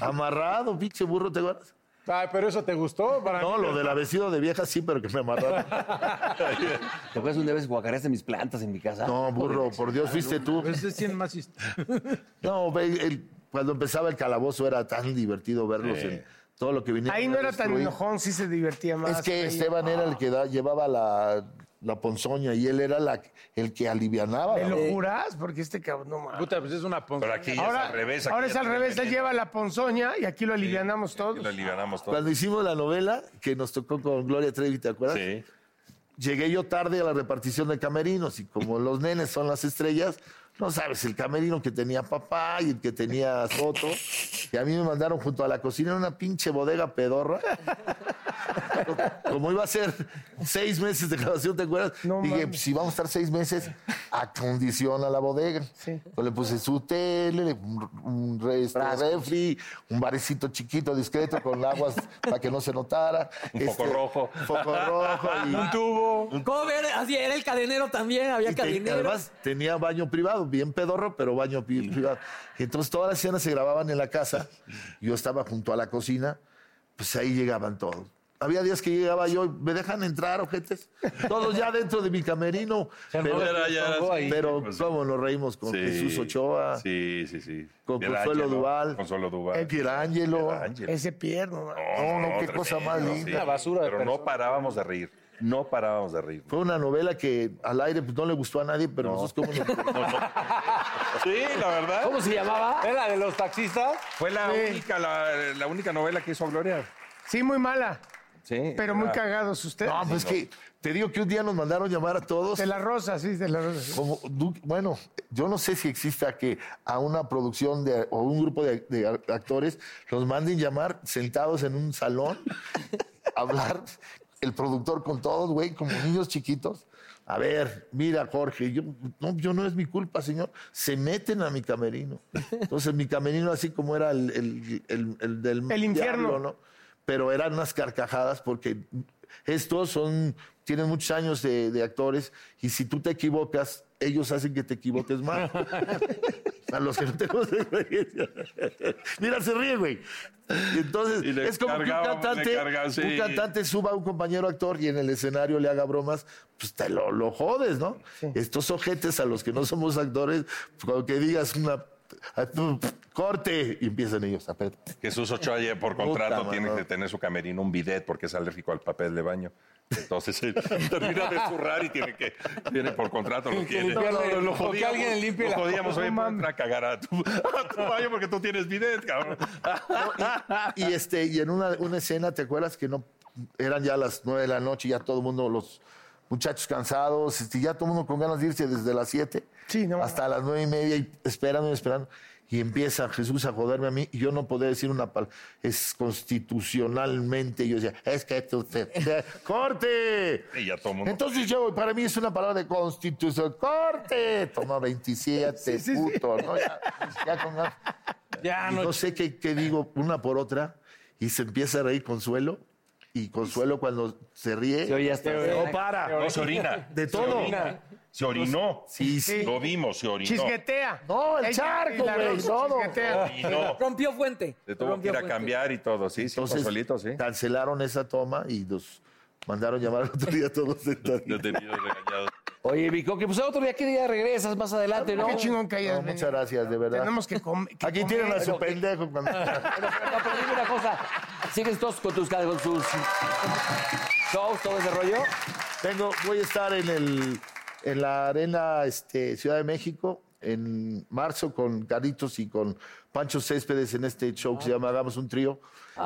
Speaker 10: Amarrado, pinche burro, ¿te acuerdas?
Speaker 2: Ay, pero eso te gustó para
Speaker 10: No,
Speaker 2: mí.
Speaker 10: lo de la vestido de vieja sí, pero que me amarraron.
Speaker 5: ¿Te acuerdas una vez guacareaste mis plantas en mi casa?
Speaker 10: No, burro, por Dios, fuiste tú.
Speaker 2: Ese sí Ah, pues es más hist-
Speaker 10: No, ve, el- cuando empezaba el calabozo era tan divertido verlos
Speaker 3: Sí.
Speaker 10: en todo lo que vinieron.
Speaker 3: Ahí
Speaker 10: a
Speaker 3: no era tan
Speaker 10: destruir.
Speaker 3: enojón, sí se divertía más.
Speaker 10: Es que
Speaker 3: güey.
Speaker 10: Esteban era el que da- llevaba la, la ponzoña y él era la- el que alivianaba.
Speaker 3: ¿Me
Speaker 10: la-
Speaker 3: lo juras? Porque este cabrón no mames.
Speaker 2: Puta, pues es una ponzoña.
Speaker 4: Pero aquí ya
Speaker 3: Ahora,
Speaker 4: es al revés. aquí
Speaker 3: ahora
Speaker 4: ya
Speaker 3: es al
Speaker 4: te
Speaker 3: revés, él
Speaker 4: regañan.
Speaker 3: lleva la ponzoña y aquí lo alivianamos todos.
Speaker 4: Aquí lo alivianamos todos.
Speaker 10: Cuando hicimos la novela que nos tocó con Gloria Trevi, ¿te acuerdas?
Speaker 4: Sí.
Speaker 10: Llegué yo tarde a la repartición de camerinos y como los nenes son las estrellas, no sabes, el camerino que tenía papá y el que tenía Soto, y a mí me mandaron junto a la cocina en una pinche bodega pedorra. Como iba a ser seis meses de grabación, ¿te acuerdas? Dije, pues, si vamos a estar seis meses, acondiciona la bodega. Entonces le puse su tele, le- un, un re- este, refri, un barecito chiquito, discreto, con aguas para que no se notara. Este,
Speaker 4: Un foco rojo.
Speaker 10: Foco rojo. Y,
Speaker 4: Un tubo.
Speaker 1: Cover, así era el cadenero también, había
Speaker 10: y te-
Speaker 1: cadenero.
Speaker 10: además tenía baño privado, bien pedorro, pero baño pi- privado. Y entonces todas las escenas se grababan en la casa. Yo estaba junto a la cocina, pues ahí llegaban todos. Había días que llegaba yo, y, ¿me dejan entrar, ojetes? Todos ya dentro de mi camerino.
Speaker 4: armó
Speaker 10: Pero,
Speaker 4: el desfogo ahí.
Speaker 10: pero cómo nos reímos con
Speaker 4: Pues Sí.
Speaker 10: Jesús Ochoa,
Speaker 4: Sí, sí, sí.
Speaker 10: con
Speaker 4: Del
Speaker 10: Consuelo
Speaker 4: Ángelo,
Speaker 10: Duval,
Speaker 4: Consuelo Duval.
Speaker 10: Pierangelo.
Speaker 3: Ese pierno.
Speaker 10: No, no, qué cosa más linda. Una basura de
Speaker 4: Pero no parábamos de reír. No parábamos de reír.
Speaker 10: Fue una novela que al aire pues, no le gustó a nadie, pero nosotros cómo nos...
Speaker 4: Sí, la verdad.
Speaker 5: ¿Cómo se llamaba?
Speaker 2: ¿Es la de los taxistas?
Speaker 4: Fue la única, la, la única novela que hizo Gloria.
Speaker 3: Sí, muy mala.
Speaker 4: Sí.
Speaker 3: Pero muy
Speaker 4: era-
Speaker 3: cagados ustedes.
Speaker 10: No, pues que te digo que un día nos mandaron llamar a todos.
Speaker 3: De la rosa, sí, de la rosa.
Speaker 10: Como, du- bueno, yo no sé si exista que a una producción de, o un grupo de, de ar- actores los manden llamar sentados en un salón, hablar el productor con todos, güey, como niños chiquitos. A ver, mira, Jorge, yo no, yo no es mi culpa, señor. Se meten a mi camerino. Entonces, mi camerino, así como era el, el- el- el del
Speaker 3: El infierno.
Speaker 10: diablo, ¿no? Pero eran unas carcajadas porque estos son, tienen muchos años de, de actores y si tú te equivocas, ellos hacen que te equivoques más. A los que no tenemos experiencia. Mira, se ríe, güey. Y Entonces,
Speaker 4: Y le
Speaker 10: es como que un
Speaker 4: cargaba, le
Speaker 10: cantante,
Speaker 4: cargaba, sí.
Speaker 10: un cantante suba a un compañero actor y en el escenario le haga bromas, pues te lo, lo jodes, ¿no? Estos ojetes a los que no somos actores, pues, cuando que digas una... Corte y empiezan ellos a pe-
Speaker 4: Jesús Ochoa ya por contrato
Speaker 10: Puta,
Speaker 4: tiene
Speaker 10: mano.
Speaker 4: que tener su camerino un bidet porque es alérgico al papel de baño. Entonces él termina de zurrar y tiene que tiene por contrato lo tiene.
Speaker 2: limpiarle-
Speaker 4: lo
Speaker 2: o que alguien limpie
Speaker 4: lo
Speaker 2: la-
Speaker 4: jodíamos
Speaker 2: No
Speaker 4: oye, para entrar a cagar a tu, a tu baño porque tú tienes bidet, cabrón.
Speaker 10: y este y en una, una escena te acuerdas que no eran ya las nueve de la noche ya todo el mundo los muchachos cansados, este, ya todo el mundo con ganas de irse desde las 7 hasta las nueve y media y esperando y esperando. Y empieza Jesús a joderme a mí y yo no podía decir una palabra. Es constitucionalmente, yo decía, es que esto usted... ¡Corte!
Speaker 4: Y ya todo mundo.
Speaker 10: Entonces yo, para mí es una palabra de constitución. ¡Corte! Toma 27, puto, ¿no? Ya, ya con ganas. Y no sé qué, qué digo una por otra y se empieza a reír Consuelo y Consuelo cuando se ríe
Speaker 4: Se oye hasta-
Speaker 10: no para
Speaker 4: No, se orina.
Speaker 10: de
Speaker 4: Se
Speaker 10: todo
Speaker 4: orina. Se orinó.
Speaker 10: Sí, sí.
Speaker 4: Lo vimos, se orinó.
Speaker 3: Chisquetea.
Speaker 10: No, el
Speaker 3: Ella-
Speaker 10: charco,
Speaker 3: la
Speaker 10: güey,
Speaker 3: rosa
Speaker 10: todo.
Speaker 3: chisquetea.
Speaker 4: Y no.
Speaker 1: Rompió fuente.
Speaker 4: Se tuvo que ir a
Speaker 10: Rompió
Speaker 4: cambiar y todo, sí, sí,
Speaker 10: Entonces,
Speaker 4: Consuelito, sí.
Speaker 10: cancelaron esa toma y nos mandaron llamar al otro día todos sentaditos.
Speaker 5: Oye, Vico, que pues otro día, ¿qué día regresas más adelante, no?
Speaker 10: Ah, Qué chingón que hayas No, venido. muchas gracias, de verdad. Tenemos
Speaker 3: que comer.
Speaker 10: Aquí tienen a su pendejo. cuando-
Speaker 5: No, pero dime una cosa. ¿Sigues todos con tus con sus shows, todo ese rollo?
Speaker 10: Tengo, voy a estar en, el, en la arena este, Ciudad de México en marzo con Caritos y con Pancho Céspedes en este show que se llama Hagamos un Trío,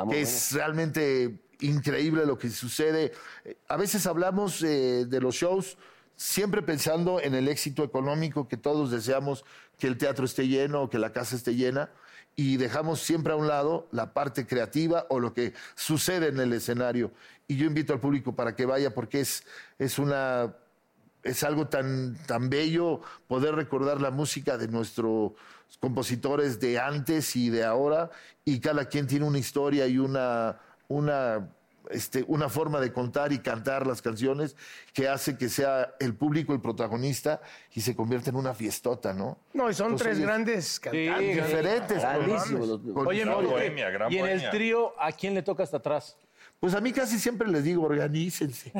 Speaker 10: que es realmente increíble lo que sucede. Eh, A veces hablamos eh, de los shows siempre pensando en el éxito económico que todos deseamos, que el teatro esté lleno, que la casa esté llena, y dejamos siempre a un lado la parte creativa o lo que sucede en el escenario. Y yo invito al público para que vaya porque es, es una es algo tan, tan bello poder recordar la música de nuestros compositores de antes y de ahora, y cada quien tiene una historia y una, una, este, una forma de contar y cantar las canciones que hace que sea el público el protagonista y se convierte en una fiestota, ¿no?
Speaker 3: No, y son
Speaker 10: Entonces,
Speaker 3: tres
Speaker 10: es-
Speaker 3: grandes cantantes.
Speaker 10: diferentes,
Speaker 3: Grandísimos.
Speaker 10: con- con-
Speaker 11: Oye, Miguel, y en el trío, ¿a quién le toca hasta atrás?
Speaker 10: Pues a mí casi siempre les digo, organícense.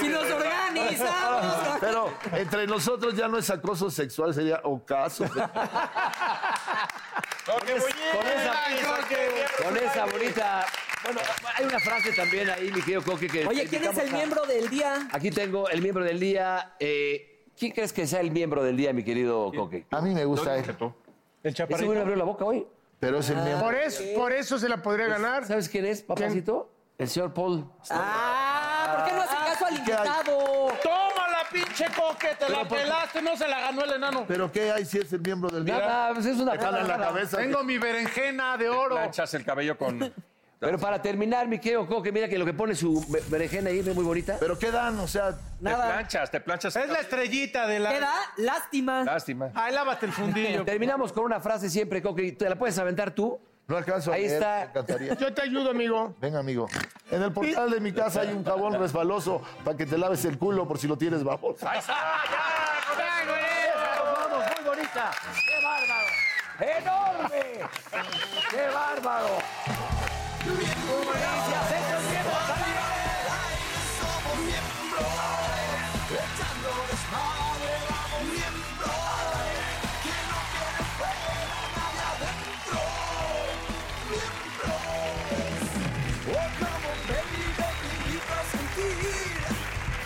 Speaker 1: Si nos organizamos.
Speaker 10: Pero entre nosotros ya no es acoso sexual, sería ocaso.
Speaker 5: Con esa, con esa bonita. Bueno, hay una frase también ahí, mi querido Coque, que.
Speaker 1: Oye, ¿quién es
Speaker 5: dedicamos
Speaker 1: el
Speaker 5: a-
Speaker 1: miembro del día?
Speaker 5: Aquí tengo el miembro del día. eh, ¿Quién crees que sea el miembro del día, mi querido Coque?
Speaker 10: A mí me gusta él.
Speaker 5: El
Speaker 3: chaparrito.
Speaker 5: Ese güey no abrió la boca hoy.
Speaker 10: Pero es el
Speaker 5: Ah,
Speaker 10: miembro.
Speaker 3: Por eso, por eso se la podría ganar.
Speaker 5: Pues, ¿Sabes quién es, papacito? El señor Paul.
Speaker 1: Ah, ¿por qué no hace caso al invitado?
Speaker 2: Toma la pinche coque, te la
Speaker 10: Pero, ¿por qué?
Speaker 2: pelaste, no se la ganó el enano.
Speaker 10: ¿Pero qué hay si es el miembro del día?
Speaker 5: Nada, pues es una
Speaker 10: Te jalan la cabeza.
Speaker 2: Tengo mi
Speaker 10: Ah,
Speaker 2: berenjena de oro.
Speaker 4: Planchas el cabello con.
Speaker 5: Pero para terminar, mi querido Coque, mira que lo que pone su be- berenjena ahí es muy bonita.
Speaker 10: ¿Pero qué dan? O sea,
Speaker 4: Te
Speaker 1: Nada.
Speaker 4: planchas, te planchas.
Speaker 2: Es la estrellita de
Speaker 1: ¿Qué da?
Speaker 2: la.
Speaker 1: Lástima.
Speaker 4: Lástima.
Speaker 2: Ahí lávate el fundillo.
Speaker 5: Terminamos con una frase siempre, Coque. ¿Te la puedes aventar tú?
Speaker 10: No alcanzo a
Speaker 5: Ahí
Speaker 10: leer,
Speaker 5: está.
Speaker 10: me encantaría.
Speaker 3: Yo te ayudo, amigo.
Speaker 10: Venga, amigo. En el portal de mi casa hay un jabón resbaloso para que te laves el culo por si lo tienes bajo.
Speaker 2: Vamos, muy bonita.
Speaker 5: ¡Qué bárbaro! ¡Enorme! ¡Qué bárbaro!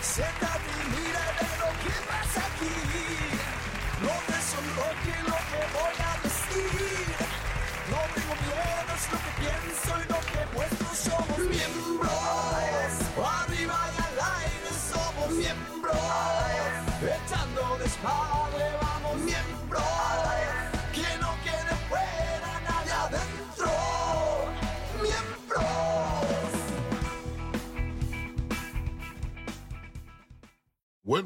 Speaker 12: Siéntate y mira de lo que pasa aquí. No te sonroje lo que voy a decir. No tengo miedo, es lo que pienso y lo que muestro. Somos miembros. Arriba y al aire somos miembros. Echando desmadre vamos miembros. Que no quede fuera nadie adentro. Miembros.
Speaker 8: What